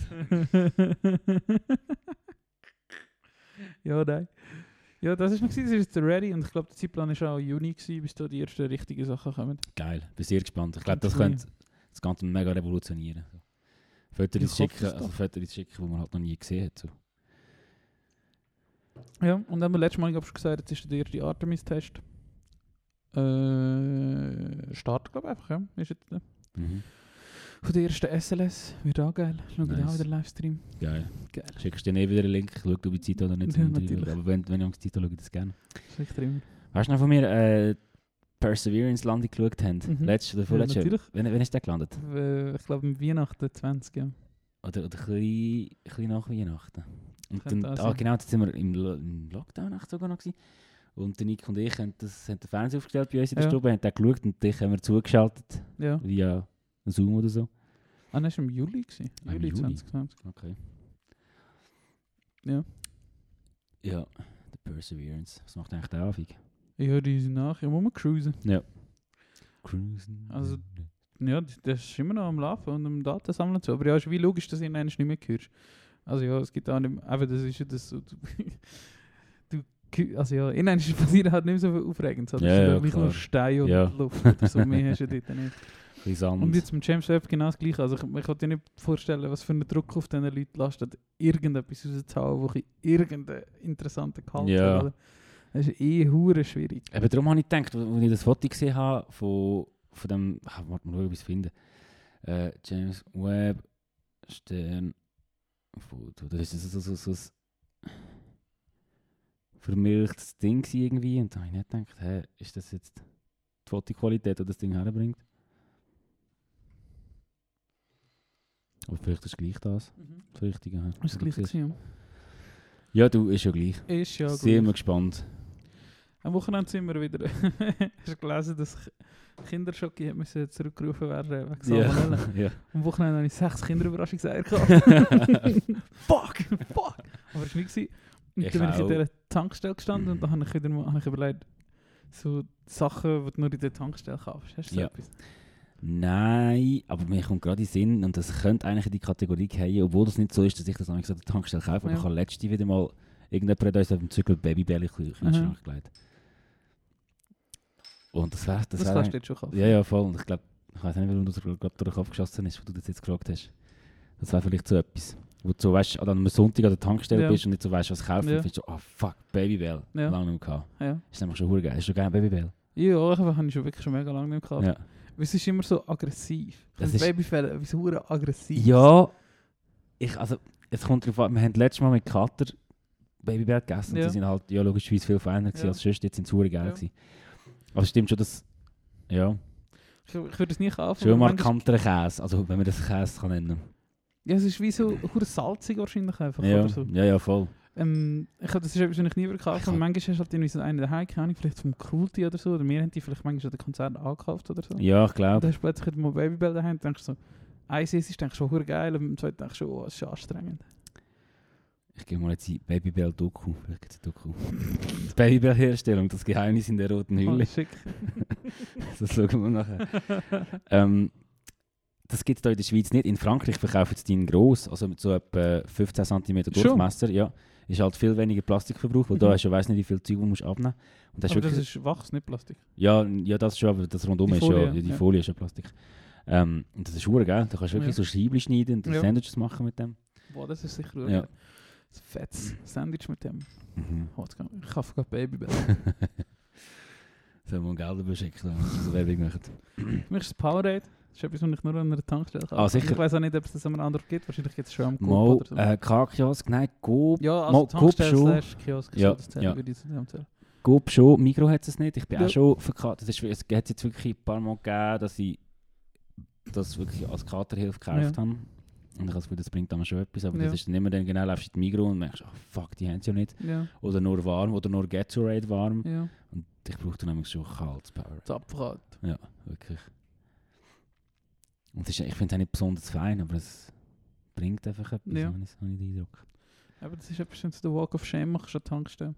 Speaker 3: ja, nein. Ja, das ist noch gewesen, das ist jetzt ready und ich glaube, der Zeitplan war auch Juni, gewesen, bis da die ersten richtigen Sachen kommen.
Speaker 2: Geil, bin sehr gespannt. Ich glaube, das
Speaker 3: Absolut.
Speaker 2: könnte das Ganze mega revolutionieren. So. Fotos
Speaker 3: Ich hoffe
Speaker 2: schicken,
Speaker 3: es
Speaker 2: also
Speaker 3: doch.
Speaker 2: Fotos schicken, die man halt noch nie gesehen hat. So.
Speaker 3: Ja, und dann haben wir letztes Mal glaub ich, schon gesagt, jetzt ist der erste Artemis-Test. Äh, Start, glaube ich, einfach, ja. Ist jetzt, der.
Speaker 2: Mhm.
Speaker 3: Von der ersten SLS, wird auch geil. Schaut
Speaker 2: Nice.
Speaker 3: auch wieder Livestream.
Speaker 2: Geil.
Speaker 3: Geil.
Speaker 2: Schickst du dir eh wieder einen Link, schau, ob ich Zeit habe oder nicht.
Speaker 3: Ja,
Speaker 2: zum Interview.
Speaker 3: natürlich.
Speaker 2: Aber wenn, wenn ich am Zeit habe, schaue ich das gerne.
Speaker 3: Sicher immer.
Speaker 2: Weißt du noch von mir, äh, Perseverance Landung geschaut haben?
Speaker 3: Mhm.
Speaker 2: Letztes oder
Speaker 3: Ja,
Speaker 2: vorletztes Jahr?
Speaker 3: natürlich.
Speaker 2: Wann, wann ist der gelandet?
Speaker 3: Äh, Ich glaube, um Weihnachten 20, ja.
Speaker 2: Oder, oder ein bisschen, ein bisschen nach Weihnachten. Und
Speaker 3: Könnte
Speaker 2: dann,
Speaker 3: auch
Speaker 2: ah,
Speaker 3: sein.
Speaker 2: genau, jetzt sind wir im, Lo- im Lockdown echt sogar noch. Gewesen. Und der Nick und ich haben, das, haben den Fernseher aufgestellt bei uns in der
Speaker 3: Ja.
Speaker 2: Stube, haben den geschaut und dich haben wir zugeschaltet
Speaker 3: Ja.
Speaker 2: via Zoom oder so.
Speaker 3: Ah, das war im Juli. Gewesen.
Speaker 2: Ah, im
Speaker 3: Juli
Speaker 2: Juli.
Speaker 3: 2020.
Speaker 2: Okay.
Speaker 3: Ja.
Speaker 2: Ja, der Perseverance. Was macht eigentlich der Anfang?
Speaker 3: Ja, die sind nachher rumgecruisen.
Speaker 2: Cruisen.
Speaker 3: Also, Ja, d- das ist immer noch am Laufen und am Datensammeln und so. Aber ja, ist wie logisch, dass du ihn eigentlich nicht mehr hörst. Also ja, es gibt auch nicht mehr, eben, das ist ja das so, du, du, hö- also ja, in einem passiert halt nicht mehr so viel Aufregendes. Also
Speaker 2: Ja,
Speaker 3: es ist
Speaker 2: ja,
Speaker 3: ja, gleich
Speaker 2: klar.
Speaker 3: nur Stein und
Speaker 2: Ja.
Speaker 3: Luft oder so, mehr hast du ja dort nicht.
Speaker 2: bisschen Sand.
Speaker 3: Und jetzt mit James Webb genau das Gleiche. Also ich, ich kann dir nicht vorstellen, was für einen Druck auf diesen Leuten lastet, irgendetwas rauszuhauen, wo ich irgendeinen interessanten Gehalt
Speaker 2: Ja.
Speaker 3: habe. Das ist eh hure schwierig.
Speaker 2: Eben darum habe ich gedacht, als ich das Foto gesehen habe von, von dem, ah, warte mal, schauen, ob ich es finde. Äh, James Webb, Stern, Foto. Das ist so, so, so, so ein vermilchtes Ding gewesen irgendwie. Und da habe ich nicht gedacht, hä, ist das jetzt die Fotoqualität, die das Ding herbringt? Aber vielleicht ist gleich das, das Richtige. hä?
Speaker 3: Mhm. Ist das
Speaker 2: Oder
Speaker 3: Gleiche
Speaker 2: siehst-
Speaker 3: gewesen,
Speaker 2: Ja, du, ist ja gleich.
Speaker 3: ja. Ist ja
Speaker 2: Sehr
Speaker 3: gleich.
Speaker 2: mal gespannt.
Speaker 3: Am Wochenende sind wir wieder. Hast du gelesen, dass Ki- Kinderschocke hat müssen zurückgerufen werden äh, wegen Salmonella?
Speaker 2: ja.
Speaker 3: Am Wochenende habe ich sechs Kinderüberraschungseier gehabt. fuck, fuck. Aber es war nicht. gewesen. Und
Speaker 2: Ich
Speaker 3: dann bin ich in
Speaker 2: auch.
Speaker 3: dieser Tankstelle gestanden und dann habe ich wieder mal- habe ich überlegt, so Sachen, die du nur in der Tankstelle kaufst. Hast du so
Speaker 2: Ja.
Speaker 3: etwas?
Speaker 2: Nein, aber mir kommt gerade in den Sinn, und das könnte eigentlich in die Kategorie gehen, obwohl das nicht so ist, dass ich das an der Tankstelle kaufe, aber
Speaker 3: Ja.
Speaker 2: ich habe letzte wieder mal irgendjemand hat uns auf dem Zyklus Babybälle in den
Speaker 3: Mhm.
Speaker 2: Kühlschrank gelegt. Und das wäre... Das
Speaker 3: Das
Speaker 2: wär
Speaker 3: kannst du
Speaker 2: eigentlich-
Speaker 3: jetzt schon kaufen.
Speaker 2: ja, ja, voll. Und ich glaube, ich weiß nicht, warum das gerade durch den Kopf geschossen ist, wo du das jetzt gefragt hast. Das wäre vielleicht so etwas, wo du so weißt, an einem Sonntag an der Tankstelle
Speaker 3: Ja.
Speaker 2: bist und nicht so weißt, was kaufen.
Speaker 3: Ja.
Speaker 2: Und findest du, oh fuck, Babybell,
Speaker 3: Ja.
Speaker 2: lange nicht mehr gehabt.
Speaker 3: Ja,
Speaker 2: Ist nämlich schon verdammt geil. Hast du gerne Babybell?
Speaker 3: ja ich habe ich schon wirklich schon mega lange nicht mehr gekauft.
Speaker 2: Ja.
Speaker 3: Weil Es ist immer so aggressiv.
Speaker 2: Das
Speaker 3: Das
Speaker 2: ist-
Speaker 3: Babyfell, etwas hure aggressiv.
Speaker 2: Ja, ich, also, es kommt darauf an, wir haben letztes Mal mit Kater Babybett gegessen.
Speaker 3: Ja.
Speaker 2: Die sind halt ja, logischerweise viel feiner gewesen
Speaker 3: Ja.
Speaker 2: als sonst. Jetzt sind sie hure geil
Speaker 3: Ja.
Speaker 2: gewesen. Aber es stimmt schon, dass... Ja,
Speaker 3: Ich, ich würde es nie kaufen.
Speaker 2: schon ein
Speaker 3: aber manchmal-
Speaker 2: markanter Käse. Also wenn man das Käse kann nennen
Speaker 3: Ja, es ist wie so hure salzig wahrscheinlich einfach.
Speaker 2: kann. Ja,
Speaker 3: Oder so.
Speaker 2: ja, ja, voll.
Speaker 3: Ähm, ich glaube, das ist etwas, was ich nie würde kaufen
Speaker 2: hab-
Speaker 3: würde. Manchmal hast du halt irgendwie so einen daheim, keine Ahnung, vielleicht vom Cruelty oder so. Oder wir haben die vielleicht manchmal an den Konzert angekauft oder so.
Speaker 2: Ja, ich
Speaker 3: Und
Speaker 2: glaube.
Speaker 3: dann hast du plötzlich mal Babybell daheim und denkst so, eins ist, denkst du, hure geil. Und beim zweiten denkst du, oh, es ist schon anstrengend.
Speaker 2: Ich gehe mal jetzt in Babybell-Doku. Vielleicht gibt es eine Doku. Die Babybell-Herstellung, das Geheimnis in der roten
Speaker 3: Oh,
Speaker 2: Hülle.
Speaker 3: schick.
Speaker 2: Das schauen wir nachher. ähm, das gibt es in der Schweiz nicht. In Frankreich verkaufen sie den gross, also mit so etwa 15 cm
Speaker 3: Schon?
Speaker 2: Durchmesser. Ja. Ist halt viel weniger Plastikverbrauch, weil da
Speaker 3: Mhm.
Speaker 2: hast du ja weiss nicht, wie viel Zeug du musst abnehmen musst. Und hast
Speaker 3: Aber das
Speaker 2: wirklich,
Speaker 3: ist Wachs, nicht Plastik.
Speaker 2: ja, ja, das schon, aber das rundum
Speaker 3: Die
Speaker 2: ist
Speaker 3: Folie,
Speaker 2: ja, ja, die
Speaker 3: ja.
Speaker 2: Folie ist ja Plastik. Ähm, und das ist hure geil. Da kannst du wirklich so
Speaker 3: Ja.
Speaker 2: Scheiben schneiden und
Speaker 3: Ja.
Speaker 2: Sandwiches machen mit dem.
Speaker 3: Boah, das ist sicher
Speaker 2: Ja.
Speaker 3: ja. ein fettes Sandwich mit dem.
Speaker 2: Mhm.
Speaker 3: Oh, jetzt kann- ich kaufe gerade Babybell.
Speaker 2: Sollen wir einen Geld überschicken, wenn wir so Werbung machen?
Speaker 3: Für mich ist es Powerade. Das ist etwas, was ich nur an einer Tankstelle kaufe.
Speaker 2: Ah, sicher.
Speaker 3: Ich weiß auch nicht, ob es das an einem anderen gibt. Wahrscheinlich gibt es schon am Coop
Speaker 2: Mal
Speaker 3: oder so.
Speaker 2: äh, K-Kiosk, nein, Coop.
Speaker 3: ja,
Speaker 2: mal
Speaker 3: also
Speaker 2: Coop
Speaker 3: Tankstelle
Speaker 2: schon.
Speaker 3: slash Kiosk.
Speaker 2: Ja,
Speaker 3: Ja, das zählen,
Speaker 2: ja.
Speaker 3: würde ich zu dem zählen.
Speaker 2: Coop schon, Migro hat es nicht. Ich bin
Speaker 3: Ja.
Speaker 2: auch schon verkatert. Es hat jetzt wirklich ein paar Mal gegeben, dass ich das wirklich als Katerhilfe gekauft
Speaker 3: Ja.
Speaker 2: habe. Und ich habe das Gefühl, das bringt dann schon etwas. Aber
Speaker 3: Ja.
Speaker 2: das ist dann immer dann genau, läufst du in die Migro und merkst, oh, fuck, die haben es ja nicht.
Speaker 3: Ja,
Speaker 2: Oder nur warm, oder nur Gatorade warm.
Speaker 3: ja.
Speaker 2: Und ich brauche dann nämlich schon kaltes Power.
Speaker 3: Zapfrad.
Speaker 2: Ja, wirklich. Und es ist, ich finde es auch nicht besonders fein, aber es bringt einfach etwas,
Speaker 3: Ja.
Speaker 2: habe ich, habe ich den Eindruck.
Speaker 3: Aber das ist etwas, wenn du den Walk of Shame machst an die Tankstelle.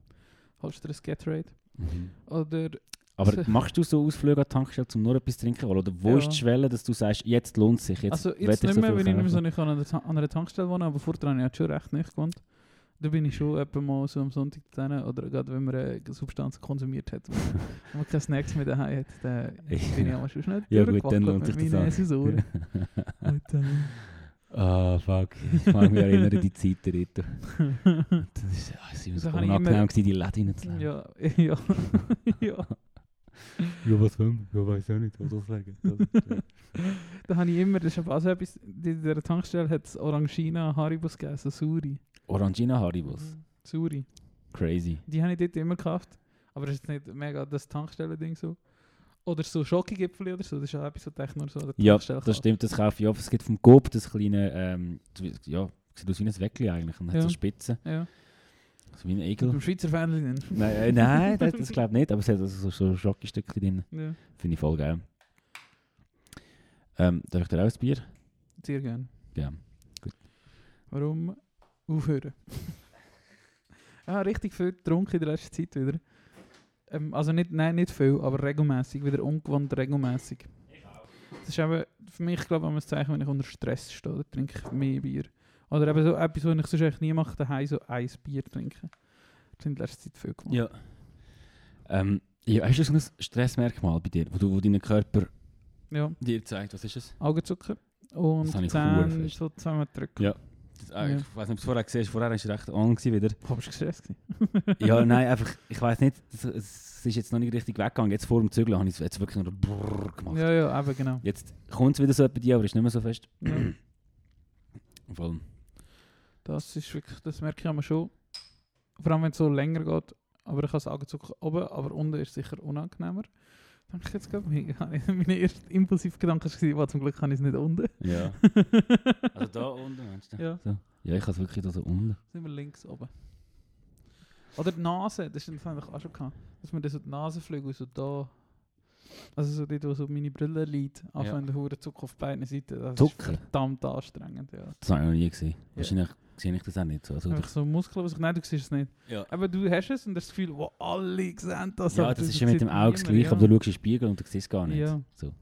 Speaker 3: Holst du dir ein Gatorade. Mhm. Oder
Speaker 2: Aber
Speaker 3: Also-
Speaker 2: machst du so Ausflüge an die Tankstelle, um nur etwas zu trinken? Oder wo
Speaker 3: Ja.
Speaker 2: ist die Schwelle, dass du sagst, jetzt lohnt es sich? Jetzt
Speaker 3: also
Speaker 2: will
Speaker 3: jetzt nicht
Speaker 2: so
Speaker 3: mehr,
Speaker 2: viel
Speaker 3: weil ich nicht mehr so
Speaker 2: kaufen?
Speaker 3: nicht an einer, Ta- an einer Tankstelle wohne, aber vorher habe ich halt schon recht nicht gewohnt. Da bin ich schon etwa mal so am Sonntag dann, oder gerade wenn man eine Substanz konsumiert hat, wenn man- wenn man keine Snacks mehr daheim hat, dann bin ich
Speaker 2: Ja.
Speaker 3: auch mal schon schnell
Speaker 2: Ja, gut, dann lohnt sich
Speaker 3: durchgewackelt mit
Speaker 2: das
Speaker 3: meinen
Speaker 2: auch.
Speaker 3: Sensoren. Und, ähm,
Speaker 2: Ah, fuck. Ich mag mich erinnern, die Zeit der Rito. Das ist ja, es ist
Speaker 3: Da
Speaker 2: so
Speaker 3: habe ich immer-
Speaker 2: unangenehm, gewesen, die Läden reinzulaufen. Ja.
Speaker 3: ja, ja, ja.
Speaker 2: was soll ich? Ja, weiß auch nicht, was soll ich sagen.
Speaker 3: Da habe ich immer, das ist aber auch so etwas, die- in dieser Tankstelle hat es Orangina Haribus gegessen, Suri. Mhm.
Speaker 2: Orangina Haribus.
Speaker 3: Suri.
Speaker 2: Crazy.
Speaker 3: Die habe ich dort immer gekauft. Aber das ist nicht mega das Tankstellen-Ding so. Oder so Schokogipfel oder so. Das ist auch etwas, was ich nur so an der
Speaker 2: Ja,
Speaker 3: Tankstelle
Speaker 2: das
Speaker 3: kaufe.
Speaker 2: stimmt, das kaufe ich oft. Es gibt vom Coop das kleine, ähm, ja, sieht aus wie ein Weckli eigentlich. Und hat
Speaker 3: Ja.
Speaker 2: so Spitzen,
Speaker 3: Ja.
Speaker 2: so wie ein
Speaker 3: Mit
Speaker 2: Egel.
Speaker 3: dem Schweizer Fernsehen.
Speaker 2: nein, äh, nein, das, das glaube ich nicht, aber es hat also so, so Schokostückchen drin.
Speaker 3: Ja,
Speaker 2: Finde ich voll geil. Ähm, darf ich dir auch ein Bier?
Speaker 3: sehr gerne.
Speaker 2: Ja.
Speaker 3: Warum aufhören? ja, Ah, richtig viel getrunken in der letzten Zeit wieder. Ähm, also nicht, nein, nicht viel, aber regelmäßig. Wieder ungewohnt regelmäßig. Das ist eben für mich, glaube ich, immer ein Zeichen, wenn ich unter Stress stehe, dann trinke ich mehr Bier. Oder eben so etwas, was ich sonst eigentlich nie mache, daheim so ein Bier trinken. Das sind in letzter Zeit viel gemacht.
Speaker 2: Ja. Ähm, ja. Hast du so ein Stressmerkmal bei dir, wo, du, wo dein Körper
Speaker 3: ja.
Speaker 2: dir zeigt, was ist es?
Speaker 3: Augenzucker und
Speaker 2: Das habe ich verdammt
Speaker 3: Zähne
Speaker 2: fest.
Speaker 3: so zusammendrücken.
Speaker 2: Ja. ah,
Speaker 3: Ja.
Speaker 2: Ich weiß nicht, ob du es vorher gesehen hast, vorher warst du recht on gewesen wieder.
Speaker 3: Warum bist du gestresst? gewesen?
Speaker 2: ja, nein, einfach, ich weiß nicht, das, es ist jetzt noch nicht richtig weggegangen. Jetzt vor dem Zügeln habe ich es jetzt wirklich nur brrrr gemacht.
Speaker 3: Ja, ah, ja, eben genau.
Speaker 2: Jetzt kommt es wieder so bei dir, aber ist nicht mehr so fest.
Speaker 3: nou. Ja,
Speaker 2: Voll.
Speaker 3: das ist wirklich, das merke ich immer schon. Vor allem, wenn es so länger geht. Aber ich habe das Augenzucker oben, aber unten ist sicher unangenehmer. Dann ich jetzt gerade, mein, mein erster impulsiver Gedanke war, war, zum Glück kann ich es nicht unten.
Speaker 2: Ja. also da unten, meinst du?
Speaker 3: Ja,
Speaker 2: Ja, ich habe es wirklich da so unten.
Speaker 3: sind wir links oben. Oder die Nase, das ist eigentlich auch schon gehabt. Dass man das so die Nasenflügel so da, also so dort, wo so meine Brille liegt, anfangen ja. den Zucker auf beiden Seiten. Das ist
Speaker 2: Zucker?
Speaker 3: verdammt anstrengend, ja.
Speaker 2: Das habe ich noch nie gesehen. Wahrscheinlich sehe ich das auch nicht so. Also,
Speaker 3: Einfach so Muskeln, was ich nein, du siehst es nicht.
Speaker 2: ja.
Speaker 3: Aber du hast es und das Gefühl, wo alle sehen Also das.
Speaker 2: ja,
Speaker 3: aber
Speaker 2: das ist
Speaker 3: sieht
Speaker 2: ja mit dem Auge
Speaker 3: niemand,
Speaker 2: gleich,
Speaker 3: ja.
Speaker 2: aber du schaust in den Spiegel und du siehst es gar nicht.
Speaker 3: Ja.
Speaker 2: So.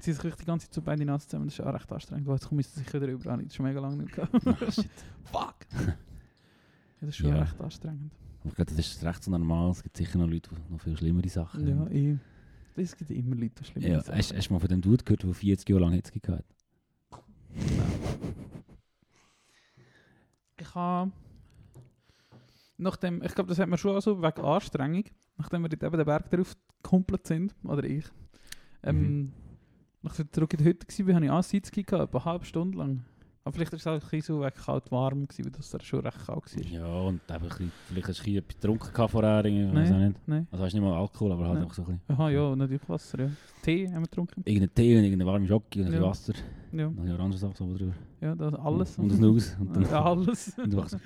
Speaker 3: Sie sich die ganze Zeit so beide nass zusammen, das ist auch dus recht anstrengend. Weil Jetzt komme ich sicher darüber an, das ist schon mega lange nicht gehabt.
Speaker 2: Ah, shit.
Speaker 3: Fuck! ja, das ist schon
Speaker 2: Ja.
Speaker 3: recht anstrengend.
Speaker 2: Aber ich glaube, das ist recht so normal. Es gibt sicher noch Leute, die noch viel schlimmere Sachen
Speaker 3: Ja, eh.
Speaker 2: haben.
Speaker 3: ich... Es gibt immer Leute, die schlimm
Speaker 2: Ja, hast, hast du mal von dem Dude gehört, der 40 Jahre lang Hitzki gehabt hat?
Speaker 3: Ich habe... Nachdem, ich glaube, das hat man schon auch so wegen Anstrengung, nachdem wir dort eben den Berg drauf gekumpelt sind, oder ich, ähm, nachdem ich zurück in die Hütte war, habe ich auch Sitzki gehabt, etwa eine halbe Stunde lang. Aber vielleicht war es auch ein bisschen weg kalt warm, gewesen, weil das dann schon recht kalt war.
Speaker 2: Ja, und eben, ein bisschen- vielleicht hast du ein bisschen getrunken gehabt vorher, irgendwie, weiß auch nicht.
Speaker 3: Nein.
Speaker 2: Also hast nicht mal Alkohol, aber halt
Speaker 3: Nein.
Speaker 2: einfach so ein bisschen.
Speaker 3: Aha, ja, natürlich Wasser, ja. Tee haben wir getrunken.
Speaker 2: Irgendeinen Tee und irgendeinen warmen Jockey und ein bisschen
Speaker 3: Ja.
Speaker 2: Wasser.
Speaker 3: Ja,
Speaker 2: Und eine Orangensaft so drüber.
Speaker 3: ja das alles.
Speaker 2: Und ein Nuss. Und dann...
Speaker 3: Ja, alles.
Speaker 2: und du machst so,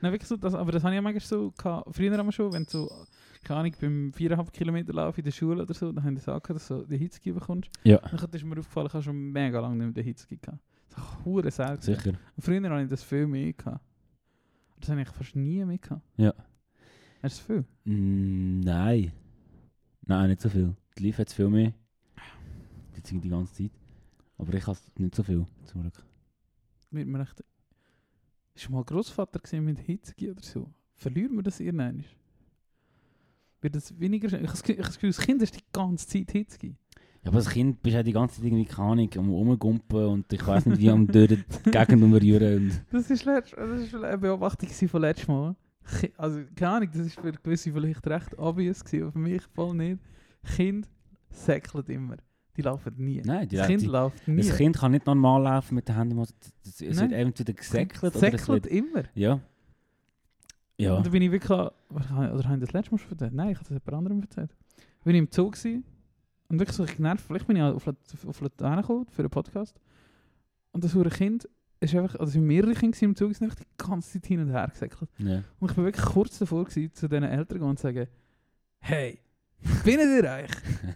Speaker 3: Nein, wirklich so, das, aber das habe ich ja manchmal so gehabt. Früher haben wir schon, wenn du so, keine Ahnung, beim 4,5 Kilometer Lauf in der Schule oder so, dann haben die gesagt, dass du so die Hitzki bekommst.
Speaker 2: Ja.
Speaker 3: Dann ist mir aufgefallen, ich habe schon mega lange nicht mehr die Hitzki gehabt. Das ist hure selten.
Speaker 2: sicher.
Speaker 3: Und früher habe ich das viel mehr gehabt. Das habe ich fast nie mehr gehabt.
Speaker 2: Ja.
Speaker 3: Hast du viel?
Speaker 2: Mm, nein. Nein, nicht so viel. Die Liv hat viel mehr. Die singt die ganze Zeit. Aber ich habe nicht so viel, zum Glück.
Speaker 3: Wird man echt... Ist mal Großvater gesehen mit Hitzki oder so? Verliert man das irgendwann? Wird das weniger... Ich habe das Gefühl- ich habe das Gefühl, als Kind ist die ganze Zeit Hitzki.
Speaker 2: Ja, aber als Kind bist du ja die ganze Zeit irgendwie keine Ahnung, am rumgumpen und ich weiß nicht, wie am dort die Gegend umrühren. Und
Speaker 3: Das ist, letzt, das ist eine Beobachtung gewesen von letztes Mal. Ki- Also, keine Ahnung, das ist für gewisse vielleicht recht obvious gewesen, aber für mich voll nicht. Kind säckelt immer. Die laufen nie.
Speaker 2: nein, die,
Speaker 3: das Kind
Speaker 2: die,
Speaker 3: läuft nie.
Speaker 2: das Kind kann nicht normal laufen mit den Händen. Das, das, es
Speaker 3: Nein.
Speaker 2: wird entweder gesäckelt oder es
Speaker 3: säckelt
Speaker 2: wird...
Speaker 3: immer.
Speaker 2: Ja. Ja.
Speaker 3: Und da bin ich wirklich... an- Oder habe ich- oder habe ich das letztes Mal schon erzählt? Nein, ich habe das jemand anderem erzählt. Da bin ich im Zug gewesen und wirklich so genervt. Vielleicht bin ich auch auf Lat- auf Latein gekommen für einen Podcast. Und das hure Kind ist einfach... Also es waren mehrere Kinder gewesen im Zug, die sind einfach die ganze Zeit hin und her gesäckelt.
Speaker 2: ja.
Speaker 3: Und ich war wirklich kurz davor, gewesen, zu diesen Eltern zu gehen und zu sagen, hey, spinnen ihr euch?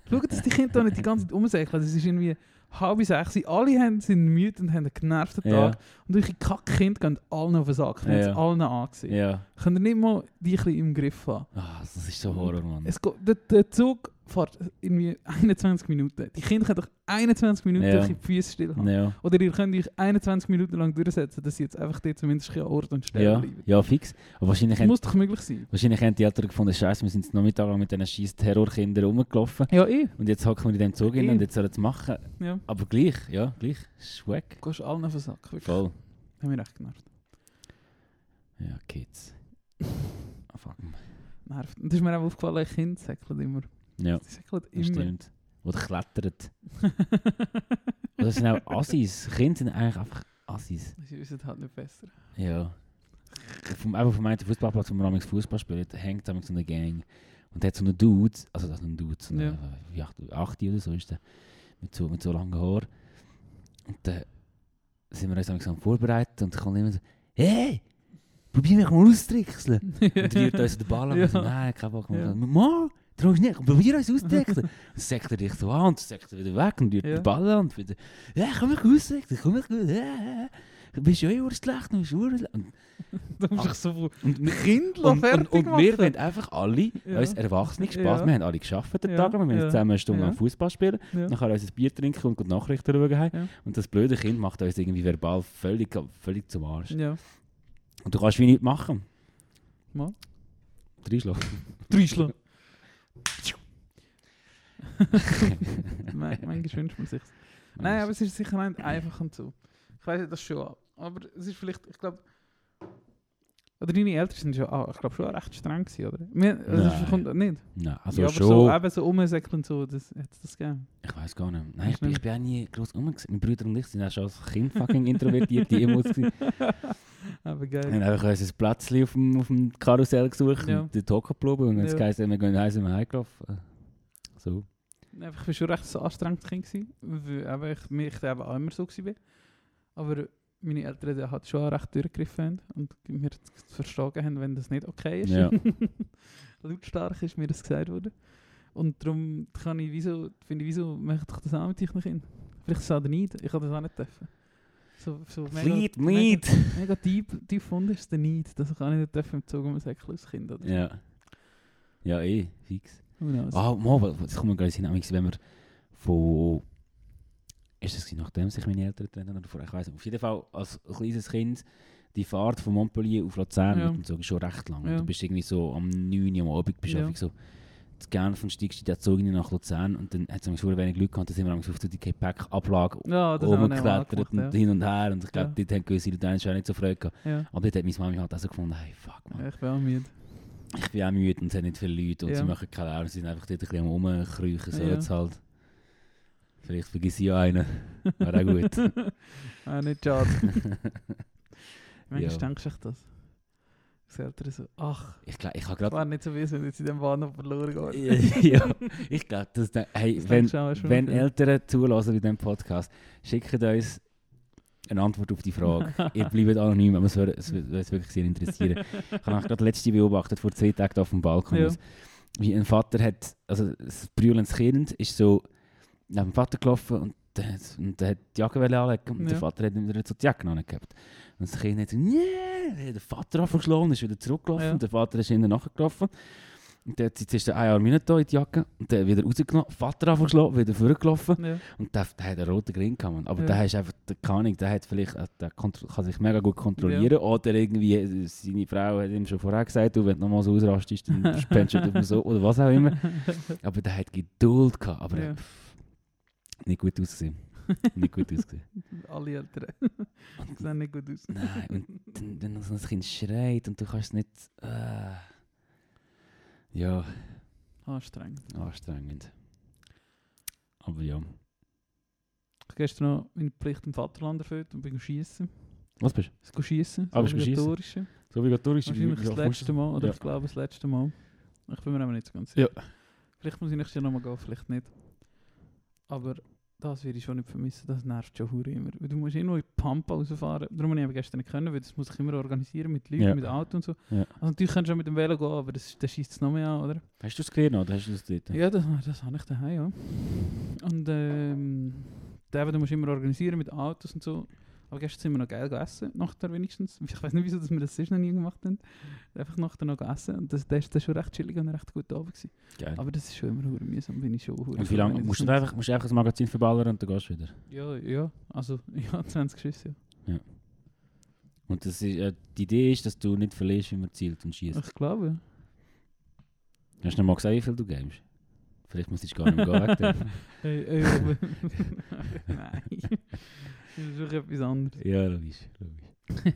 Speaker 3: Schaut, dass die Kinder da nicht die ganze Zeit rumsäckeln. Also Es ist irgendwie halb sechs. Sie Alle haben, sind müde und haben einen genervten
Speaker 2: Ja.
Speaker 3: Tag. Und eure Kack-Kinder gehen allen auf den Sack. Wir haben
Speaker 2: Ja.
Speaker 3: es allen angesehen.
Speaker 2: Ja.
Speaker 3: Könnt ihr nicht mal die ein bisschen im Griff haben?
Speaker 2: Ah, das ist so Horror, Mann.
Speaker 3: Es geht, der, der Zug fährt irgendwie 21 Minuten. Die Kinder können doch 21 Minuten
Speaker 2: Ja.
Speaker 3: ein bisschen die Füße still haben.
Speaker 2: Ja.
Speaker 3: Oder ihr könnt euch 21 Minuten lang durchsetzen, dass sie jetzt einfach dort zumindest ein bisschen an Ort und Stelle
Speaker 2: Ja.
Speaker 3: bleiben.
Speaker 2: ja, fix. Aber wahrscheinlich
Speaker 3: Das muss doch möglich sein.
Speaker 2: Wahrscheinlich haben die Eltern gefunden, Scheiße, wir sind jetzt Nachmittag lang mit diesen scheiß Terrorkindern rumgelaufen
Speaker 3: Ja, eh.
Speaker 2: und jetzt hocken wir in dem Zug hin
Speaker 3: Ja.
Speaker 2: und jetzt sollen sie es machen.
Speaker 3: Ja.
Speaker 2: Aber gleich, ah, ja, gleich. Schweck.
Speaker 3: Du gehst allen auf den Sack. Wirklich.
Speaker 2: Voll.
Speaker 3: Haben wir recht genervt.
Speaker 2: Ja, Kids. Ah, fuck.
Speaker 3: Nervt. Und das ist mir auch aufgefallen, Kind säckelt immer.
Speaker 2: Ja,
Speaker 3: Die säckelt
Speaker 2: das
Speaker 3: immer.
Speaker 2: stimmt. Oder klettert. Oder das sind auch Assis. Kinder sind eigentlich einfach Assis.
Speaker 3: Sie wissen halt nicht besser.
Speaker 2: Ja. Vom, einfach vom einen Fußballplatz, wo man am Fußball spielt, hängt damit so eine Gang. Und der hat so einen Dude, also das ist ein Dude, so
Speaker 3: Ja.
Speaker 2: eine, wie acht, acht oder so ist der, mit so, mit so langen Haaren. Und dann sind wir uns am Anfang vorbereitet und dann kommt jemand so, hey, probier mich mal auszutrickseln. Und rührt uns den Ball an
Speaker 3: Ja.
Speaker 2: und so, nein, kein Bock mehr.
Speaker 3: Ja.
Speaker 2: Mal, traust nicht, komm, probier uns auszutrickseln. Dann sägt er dich so an und sägt er wieder weg und rührt
Speaker 3: Ja.
Speaker 2: den Ball an und wieder, ja, komm mich ausrichten, komm mich gut, ja, ja. Du bist ja eh schlecht, du bist verdammt schlecht.» Und
Speaker 3: Da musst du dich so
Speaker 2: und wir,
Speaker 3: Kind
Speaker 2: und, und,
Speaker 3: fertig
Speaker 2: und
Speaker 3: machen.
Speaker 2: wir wollen einfach alle,
Speaker 3: Ja.
Speaker 2: uns Erwachsene, Spass,
Speaker 3: Ja.
Speaker 2: wir haben alle geschafft den
Speaker 3: Ja.
Speaker 2: Tag, lang, wir haben
Speaker 3: Ja.
Speaker 2: zusammen eine Stunde
Speaker 3: Ja.
Speaker 2: lang Fußball spielen,
Speaker 3: Ja.
Speaker 2: dann kann er uns ein Bier trinken und die Nachrichten schauen.
Speaker 3: Ja.
Speaker 2: Ja. Und das blöde Kind macht uns irgendwie verbal völlig, völlig zum Arsch.
Speaker 3: ja.
Speaker 2: Und du kannst wie nichts machen.
Speaker 3: Mal.
Speaker 2: Drei Schlag.
Speaker 3: Dreischlagen. Manchmal wünscht man sich Nein, aber es ist sicher nicht einfach und so. Ich weiß das schon. auch. Aber es ist vielleicht, ich glaube. Oder deine Eltern sind schon, ah, ich glaube schon recht streng gewesen, oder? Wir, also das
Speaker 2: Nein.
Speaker 3: kommt nicht.
Speaker 2: Nein, also
Speaker 3: ja, aber
Speaker 2: schon.
Speaker 3: so eben so rumsäckeln und so, das hätte es das gegeben.
Speaker 2: ich weiß gar nicht. Nein, ich,
Speaker 3: Weißt
Speaker 2: bin-
Speaker 3: nicht?
Speaker 2: ich bin auch nie groß rumgesehen. Meine Brüder und ich sind auch schon als Kind fucking introvertierte Emos. gewesen.
Speaker 3: Aber
Speaker 2: Wir
Speaker 3: geil.
Speaker 2: haben einfach unser Plätzchen auf dem, auf dem Karussell gesucht
Speaker 3: Ja.
Speaker 2: und den Token geblieben. Und wenn es
Speaker 3: Ja.
Speaker 2: geheißen hat, wir gehen heim, sind wir heimgelaufen. Äh, So.
Speaker 3: Einfach, ich war schon recht ein anstrengendes Kind, gewesen, weil eben ich mich da eben auch immer so war. Aber meine Eltern die halt schon auch recht durchgegriffen haben und mir zu verstehen haben, wenn das nicht okay ist.
Speaker 2: Ja.
Speaker 3: Lautstark ist mir das gesagt worden. Und darum kann ich, wieso, finde ich, wieso mache ich das auch mit euch Kind? Vielleicht ist es auch der Neid, ich kann das auch nicht dürfen. So, so mega,
Speaker 2: Fleet
Speaker 3: mega,
Speaker 2: Meat!
Speaker 3: mega tief, tief unten ist der Neid, dass ich auch nicht dürfen im Zug um ein Säckchen als Kind. Oder? so.
Speaker 2: Ja. Ja, eh, fix.
Speaker 3: Who knows?
Speaker 2: Ah, mal, jetzt kommen wir gleich hin. Amigs, Wenn wir von. Ist das gewesen, nachdem sich meine Eltern getrennt haben? Oder vor, ich weiß nicht. Auf jeden Fall, als kleines Kind, die Fahrt von Montpellier auf Luzern
Speaker 3: Ja.
Speaker 2: mit dem Zug ist schon recht lang.
Speaker 3: Ja.
Speaker 2: Du bist irgendwie so am 9 Uhr am Abend, bist
Speaker 3: Ja.
Speaker 2: einfach so. zu Genf und steigst in den Zug hinein nach Luzern und dann hat es schon wenig Leute gehabt. Dann sind wir manchmal auf die Gepäckablage
Speaker 3: Ja,
Speaker 2: oh,
Speaker 3: das haben wir dann auch
Speaker 2: rumgeklettert
Speaker 3: gemacht,
Speaker 2: und
Speaker 3: ja.
Speaker 2: hin und her. Und ich glaube,
Speaker 3: Ja.
Speaker 2: dort haben gewisse Leute eigentlich auch nicht so Freude gehabt.
Speaker 3: Ja.
Speaker 2: Aber dort hat meine Mami halt auch so gefunden, hey, fuck, man.
Speaker 3: Ja, ich bin auch müde.
Speaker 2: Ich bin auch müde und es sind nicht viele Leute und
Speaker 3: Ja.
Speaker 2: sie machen keine Lärm, sie sind einfach dort ein bisschen am rumkriechen, so
Speaker 3: Ja.
Speaker 2: jetzt halt. Vielleicht vergesse ich ja einen. Wäre auch gut.
Speaker 3: ah, nicht schade. Manchmal
Speaker 2: Ja.
Speaker 3: denkst du echt das. Ich sehe Eltern so, ach,
Speaker 2: Ich glaube, ich habe
Speaker 3: das
Speaker 2: gerade...
Speaker 3: war nicht so wissen, wenn jetzt in diesem Bahnhof verloren geht.
Speaker 2: ja, ich glaube, dass... Der, hey,
Speaker 3: Das
Speaker 2: wenn,
Speaker 3: denkst du auch schon
Speaker 2: wenn
Speaker 3: viel.
Speaker 2: Eltern zulassen bei diesem Podcast, schickt uns eine Antwort auf die Frage. Ihr bleibt anonym, aber es würde es würde uns wirklich sehr interessieren. Ich habe gerade letzte beobachtet, vor zwei Tagen hier auf dem Balkon.
Speaker 3: Ja.
Speaker 2: aus. Wie ein Vater hat, also ein brüllendes Kind ist so neben dem Vater gelaufen und der, hat- und der hat die Jacke wollen anlegen und
Speaker 3: Ja.
Speaker 2: der Vater hat ihm wieder so die Jacke angehabt. Und das Kind hat so, nee, der Vater hat verschlagen, ist wieder zurückgelaufen
Speaker 3: Ja.
Speaker 2: und der Vater ist hinten nachgelaufen. Und der hat sich zuerst einen Arm da in die Jacke und dann wieder rausgenommen, Vater hat verschlagen, wieder vorgelaufen
Speaker 3: Ja.
Speaker 2: und der, der hat einen roten Grin gehabt, Mann. aber
Speaker 3: Ja.
Speaker 2: der ist einfach, der kann nicht, der hat vielleicht, äh, der kontro- kann sich mega gut kontrollieren oder irgendwie, äh, seine Frau hat ihm schon vorher gesagt, du, wenn du nochmal so ausrastest, dann spendest du dir so oder was auch immer. Aber der hat Geduld gehabt, aber
Speaker 3: Ja.
Speaker 2: äh, pff, nicht gut ausgesehen. Nicht gut ausgesehen.
Speaker 3: Alle Eltern. sehen nicht gut aus.
Speaker 2: Nein, und dann, wenn so ein Kind schreit und du kannst es nicht, äh, ja,
Speaker 3: Ah, Anstrengend.
Speaker 2: anstrengend. Aber ja.
Speaker 3: Ich habe gestern noch meine Pflicht im Vaterland erfüllt und bin schießen.
Speaker 2: Oh, Was bist
Speaker 3: Es geht schießen.
Speaker 2: Ah, bist du schiessen?
Speaker 3: obligatorische.
Speaker 2: du? So wie gerade durch
Speaker 3: Wahrscheinlich das letzte Mal, oder
Speaker 2: Ja.
Speaker 3: ich glaube das letzte Mal. Ich bin mir aber nicht so ganz
Speaker 2: Ja.
Speaker 3: sicher. Vielleicht muss ich nächstes Jahr nochmal gehen, vielleicht nicht. Aber das werde ich schon nicht vermissen, das nervt schon hure immer. Weil du musst irgendwo in die Pampa rausfahren, darum habe ich eben gestern nicht können, weil das muss ich immer organisieren mit Leuten,
Speaker 2: Ja.
Speaker 3: mit Auto und so.
Speaker 2: Ja.
Speaker 3: Also natürlich kannst du auch mit dem Velo gehen, aber das, das schießt es noch mehr an, oder?
Speaker 2: Hast du es gelernt oder hast du es dort?
Speaker 3: Ja, das, das habe ich daheim, ja. Und ähm, da eben, du musst immer organisieren mit Autos und so. Aber gestern sind wir noch geil gegessen, nachher wenigstens. Ich weiß nicht, wieso dass wir das sonst noch nie gemacht haben. Einfach nachher noch gegessen. Und das, das, das war schon recht chillig und ein recht guter Abend. Gewesen.
Speaker 2: Geil.
Speaker 3: Aber das ist schon immer hure mühsam, bin ich schon hure
Speaker 2: Und wie
Speaker 3: froh,
Speaker 2: lange?
Speaker 3: wenn ich
Speaker 2: Musst
Speaker 3: das
Speaker 2: du einfach, musst du einfach das Magazin verballern und dann gehst du wieder.
Speaker 3: nicht- Ja, ja. Also, ja, 20 Schüsse,
Speaker 2: Und das ist, äh, die Idee ist, dass du nicht verlierst, wie man zielt und
Speaker 3: ja.
Speaker 2: schießt.
Speaker 3: Ich glaube.
Speaker 2: Hast du noch mal gesagt, wie viel du gamest? Vielleicht musstest du gar nicht mehr gehen. wegen dem.
Speaker 3: Hey, hey, aber- Nein. Das ist doch etwas anderes.
Speaker 2: ja, logisch. logisch.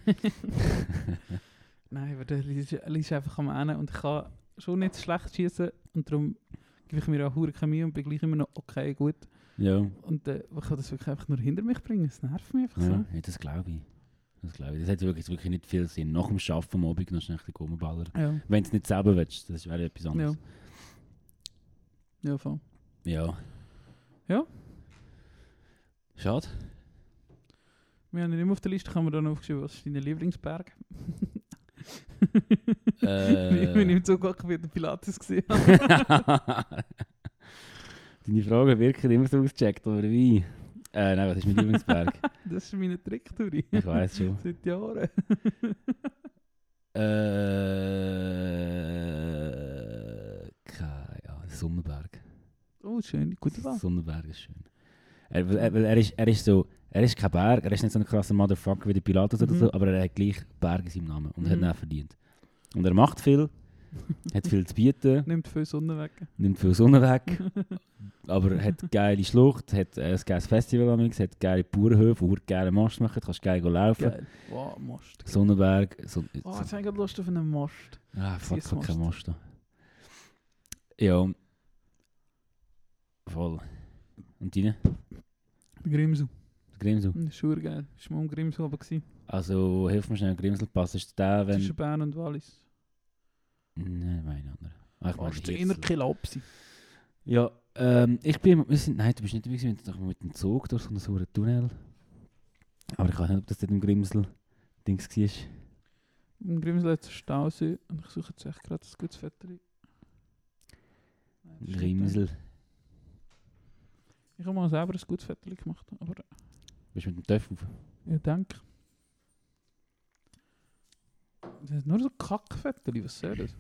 Speaker 3: Nein, aber der liest liest einfach am Ende und ich kann schon nicht schlecht schießen und darum gebe ich mir auch hure Chemie und bin gleich immer noch okay, gut.
Speaker 2: Ja,
Speaker 3: Und äh, ich kann das wirklich einfach nur hinter mich bringen, es nervt mich einfach
Speaker 2: ja, ja das glaube ich. Das glaube ich. Das hat wirklich, wirklich nicht viel Sinn. Nach dem Schaffen am Abend noch schnell ein bisschen rumballern.
Speaker 3: so. Ja,
Speaker 2: Wenn du es nicht selber willst, das wäre etwas
Speaker 3: ja.
Speaker 2: anderes.
Speaker 3: Ja, voll.
Speaker 2: Ja.
Speaker 3: Ja.
Speaker 2: Schade.
Speaker 3: Wir haben nicht immer auf der Liste, haben wir dann aufgeschrieben, was ist dein Lieblingsberg?
Speaker 2: Äh.
Speaker 3: Ich bin im Zug angekommen, ich den Pilates gesehen.
Speaker 2: Deine Fragen wirken immer so ausgecheckt, aber wie? Äh, nein, was ist mein Lieblingsberg?
Speaker 3: Das ist meine Tricktour.
Speaker 2: Ich weiß schon.
Speaker 3: Seit Jahren.
Speaker 2: Äh, keine Ahnung, Sonnenberg.
Speaker 3: Oh, schön, gute Wahl.
Speaker 2: Sonnenberg ist schön. Er, weil- er, weil er, ist, er ist so, er ist kein Berg, er ist nicht so ein krasser Motherfucker wie der Pilatus oder
Speaker 3: Mhm.
Speaker 2: so, aber er hat gleich Berge in seinem Namen und hat
Speaker 3: Mhm.
Speaker 2: ihn auch verdient. Und er macht viel, hat viel zu bieten.
Speaker 3: Nimmt viel Sonne weg.
Speaker 2: nimmt viel Sonne weg, aber hat geile Schlucht, hat äh, ein geiles Festival am Mix, hat geile Bauernhöfe, wo geile Mast machen, kannst geil go laufen.
Speaker 3: Geil. Wow, Most.
Speaker 2: Sonnenberg, so,
Speaker 3: Oh, jetzt habe ich gerade Lust auf einen Most.
Speaker 2: ah, fuck, ich
Speaker 3: Siehst du
Speaker 2: hab keine Mast da. Ja, voll. Und deine?
Speaker 3: Grimsu.
Speaker 2: Der Grimsel?
Speaker 3: Das ist schon geil. Das war mal im Grimms oben. gewesen.
Speaker 2: Also, hilf mir schnell, Grimsel passt, ist der, wenn...
Speaker 3: Zwischen Bern und Wallis.
Speaker 2: Nein, mein anderer. Ah, ich meine
Speaker 3: Fast inner
Speaker 2: Hirzel.
Speaker 3: Kelapsi.
Speaker 2: Ja, ähm, ich bin, wir sind, nein, du bist nicht dabei gewesen, wir sind doch mit dem Zug durch so einen sauren Tunnel. Aber ich weiß nicht, ob das dort im Grimsel Dings war.
Speaker 3: Im Grimms letzter Stausee. Und ich suche jetzt echt gerade ein gutes Vettel.
Speaker 2: Grimsel.
Speaker 3: Ich habe mal selber ein gutes Vettel gemacht. Aber
Speaker 2: Bist du mit dem Töff auf?
Speaker 3: ich denke... Das ist nur so Kackvettel. Was soll das?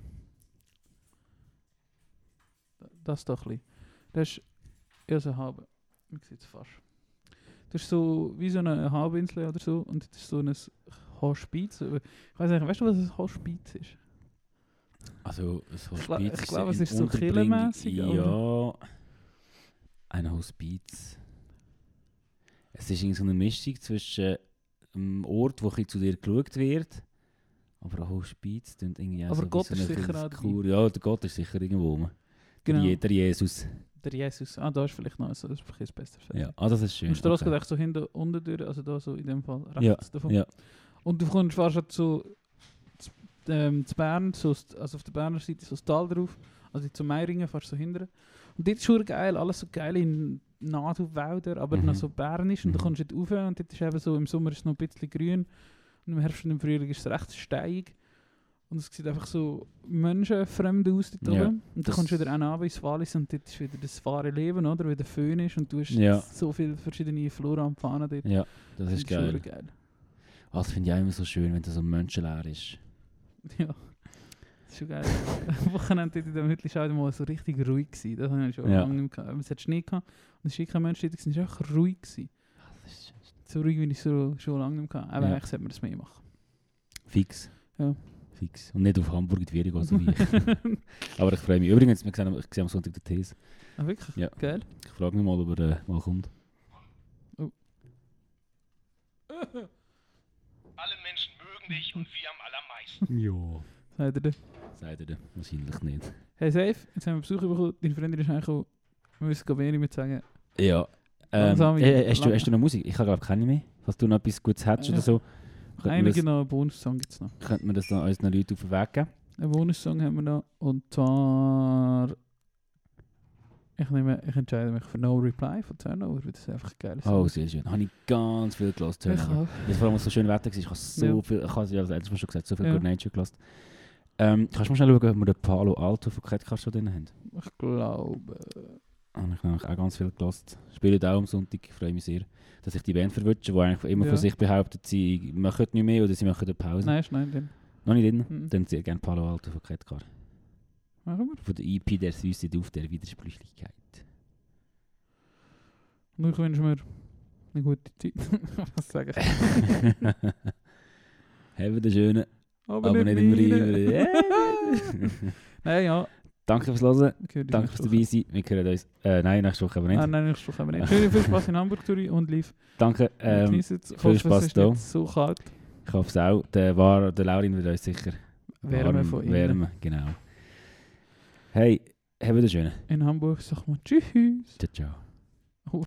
Speaker 3: Das doch ein bisschen. Das ist... Ja, so halb. Man sieht es fast. Das ist so wie so eine Halbinsel oder so und das ist so ein Hospiz. Ich weiß nicht, weißt du, was ein Hospiz ist?
Speaker 2: Also, ein
Speaker 3: Ich
Speaker 2: Hospiz.
Speaker 3: gla- ich
Speaker 2: ist
Speaker 3: glaube, es
Speaker 2: eine
Speaker 3: ist so
Speaker 2: Unterbringung.
Speaker 3: kirchenmässig,
Speaker 2: Ja. Ein Hospiz. Es ist irgendwie so eine Mischung zwischen einem Ort, wo ein bisschen zu dir geschaut wird, aber ein Hospiz klingt irgendwie auch
Speaker 3: Aber
Speaker 2: so wie
Speaker 3: Gott
Speaker 2: so
Speaker 3: ist
Speaker 2: eine
Speaker 3: sicher
Speaker 2: kleine
Speaker 3: auch dabei.
Speaker 2: Kur. Ja, der Gott ist sicher irgendwo rum. Der Je- Der Jesus.
Speaker 3: Genau. der Jesus. Ah, da ist vielleicht noch so, das ist ein besser.
Speaker 2: Ja, ah, das ist schön.
Speaker 3: Die Straße
Speaker 2: okay.
Speaker 3: geht echt so hinten unten durch, also da so in dem Fall rechts
Speaker 2: Ja,
Speaker 3: davon.
Speaker 2: ja.
Speaker 3: Und du kommst fast schon zu, zu, ähm, zu Bern, so, st- also auf der Berner Seite so das Tal drauf, also zu Meiringen fast so hinten. Und dort ist schon geil, alles so geil in Nadelwälder, aber
Speaker 2: Mhm.
Speaker 3: noch so bernisch und
Speaker 2: Mhm.
Speaker 3: da kommst du nicht rauf und dort ist eben so, im Sommer ist es noch ein bisschen grün und im Herbst und im Frühling ist es recht steig. Und es sieht einfach so menschenfremd aus dort
Speaker 2: Ja,
Speaker 3: oben. Und dann
Speaker 2: das-
Speaker 3: kommst du wieder auch nach ins Wallis und dort ist wieder das wahre Leben, oder? Wie der Föhn ist und du hast
Speaker 2: Ja.
Speaker 3: so viele verschiedene Flora und Fauna dort.
Speaker 2: Ja, das ist geil.
Speaker 3: schon geil.
Speaker 2: Ah, das finde ich auch immer so schön, wenn das so menschenleer ist.
Speaker 3: Ja. Das ist schon geil. Am Wochenende dort in dem Hütli war auch mal so richtig ruhig. Gewesen. Das habe ich schon
Speaker 2: Ja.
Speaker 3: lange nicht mehr gehabt. Es hat Schnee gehabt und es war kein Mensch dort, gewesen. es war einfach ruhig. Gewesen.
Speaker 2: Das ist
Speaker 3: So ruhig, wie ich so, schon lange nicht mehr hatte. Aber
Speaker 2: Ja.
Speaker 3: eigentlich sollte man das mehr machen.
Speaker 2: fix.
Speaker 3: Ja.
Speaker 2: Fix. Und nicht auf Hamburg in die Wiege gehen, so wie ich. Aber ich freue mich. Übrigens, wir sehen, ich sehe am Sonntag den These.
Speaker 3: ah, wirklich?
Speaker 2: Ja.
Speaker 3: Geil.
Speaker 2: Ich frage mich mal, ob er äh, mal kommt.
Speaker 4: Alle Menschen mögen dich und wir am allermeisten.
Speaker 2: äh, Ja.
Speaker 3: Sagt er dann.
Speaker 2: Sagt er dann. Wahrscheinlich nicht.
Speaker 3: Hey, safe. Jetzt haben wir Besuch bekommen. Deine Freundin ist angekommen. Wir müssen gehen, wenn ich sagen.
Speaker 2: Ja. Ähm,
Speaker 3: Langsam,
Speaker 2: äh, hast, du,
Speaker 3: lang-
Speaker 2: hast du noch Musik? Ich habe glaube keine mehr. Falls du noch etwas Gutes hättest
Speaker 3: Ja.
Speaker 2: oder so, könnten wir,
Speaker 3: Einige
Speaker 2: das,
Speaker 3: noch einen Bonussong gibt es noch.
Speaker 2: könnten wir das dann unseren Leuten auf den Weg geben.
Speaker 3: Einen Bonussong haben wir noch. Und zwar. Ich, nehme, ich entscheide mich für No Reply von Turnover, weil das einfach geil ist.
Speaker 2: Oh, sehr schön. Habe ich ganz viel gelassen.
Speaker 3: ich
Speaker 2: Turnover.
Speaker 3: auch.
Speaker 2: Weil vor allem, als es so schön Wetter war, ich habe so
Speaker 3: Ja.
Speaker 2: viel, ich habe ja das letzte Mal schon gesagt, so viel
Speaker 3: Ja.
Speaker 2: Good Nature gelassen. Ähm, kannst du mal schnell schauen, ob wir den Palo Alto von Catcar schon drin haben?
Speaker 3: Ich glaube.
Speaker 2: Habe ich nämlich auch ganz viel gelassen. Spielen auch am Sonntag, ich freue mich sehr, dass ich die Band verwünsche, die eigentlich immer
Speaker 3: Ja.
Speaker 2: von sich behauptet, sie machen nicht mehr oder sie machen eine Pause.
Speaker 3: Nein, ist nein, den.
Speaker 2: Noch nicht drin?
Speaker 3: Mhm.
Speaker 2: Dann sehr gerne Palo Alto von Catcar.
Speaker 3: Machen wir.
Speaker 2: Von der EP «Der süße Duft der Widersprüchlichkeit».
Speaker 3: Nur ich wünsche mir eine gute Zeit. Was sage ich?
Speaker 2: Haben den schönen,
Speaker 3: Oh,
Speaker 2: aber, nicht im
Speaker 3: meine.
Speaker 2: Riemen. Yeah.
Speaker 3: Nein, ja.
Speaker 2: Danke fürs Hören,
Speaker 3: ich höre dich
Speaker 2: danke
Speaker 3: nächste
Speaker 2: fürs
Speaker 3: Woche.
Speaker 2: dabei sein. Wir hören uns, äh, nein, nächste Woche aber nicht.
Speaker 3: Ah, nein, nächste Woche haben wir nicht. Schön, viel Spaß in Hamburg, Turi und live.
Speaker 2: Danke, ähm,
Speaker 3: Genießt's. Ich
Speaker 2: viel
Speaker 3: hoffe,
Speaker 2: Spaß
Speaker 3: es ist
Speaker 2: da.
Speaker 3: nicht so kalt.
Speaker 2: ich hoffe es auch. Der, war, der Laurin wird uns sicher
Speaker 3: Wärme
Speaker 2: warm
Speaker 3: von innen.
Speaker 2: Wärme, genau. Hey, haben den schönen.
Speaker 3: In Hamburg sagt man Tschüss.
Speaker 2: Ciao, ciao.
Speaker 3: Oh,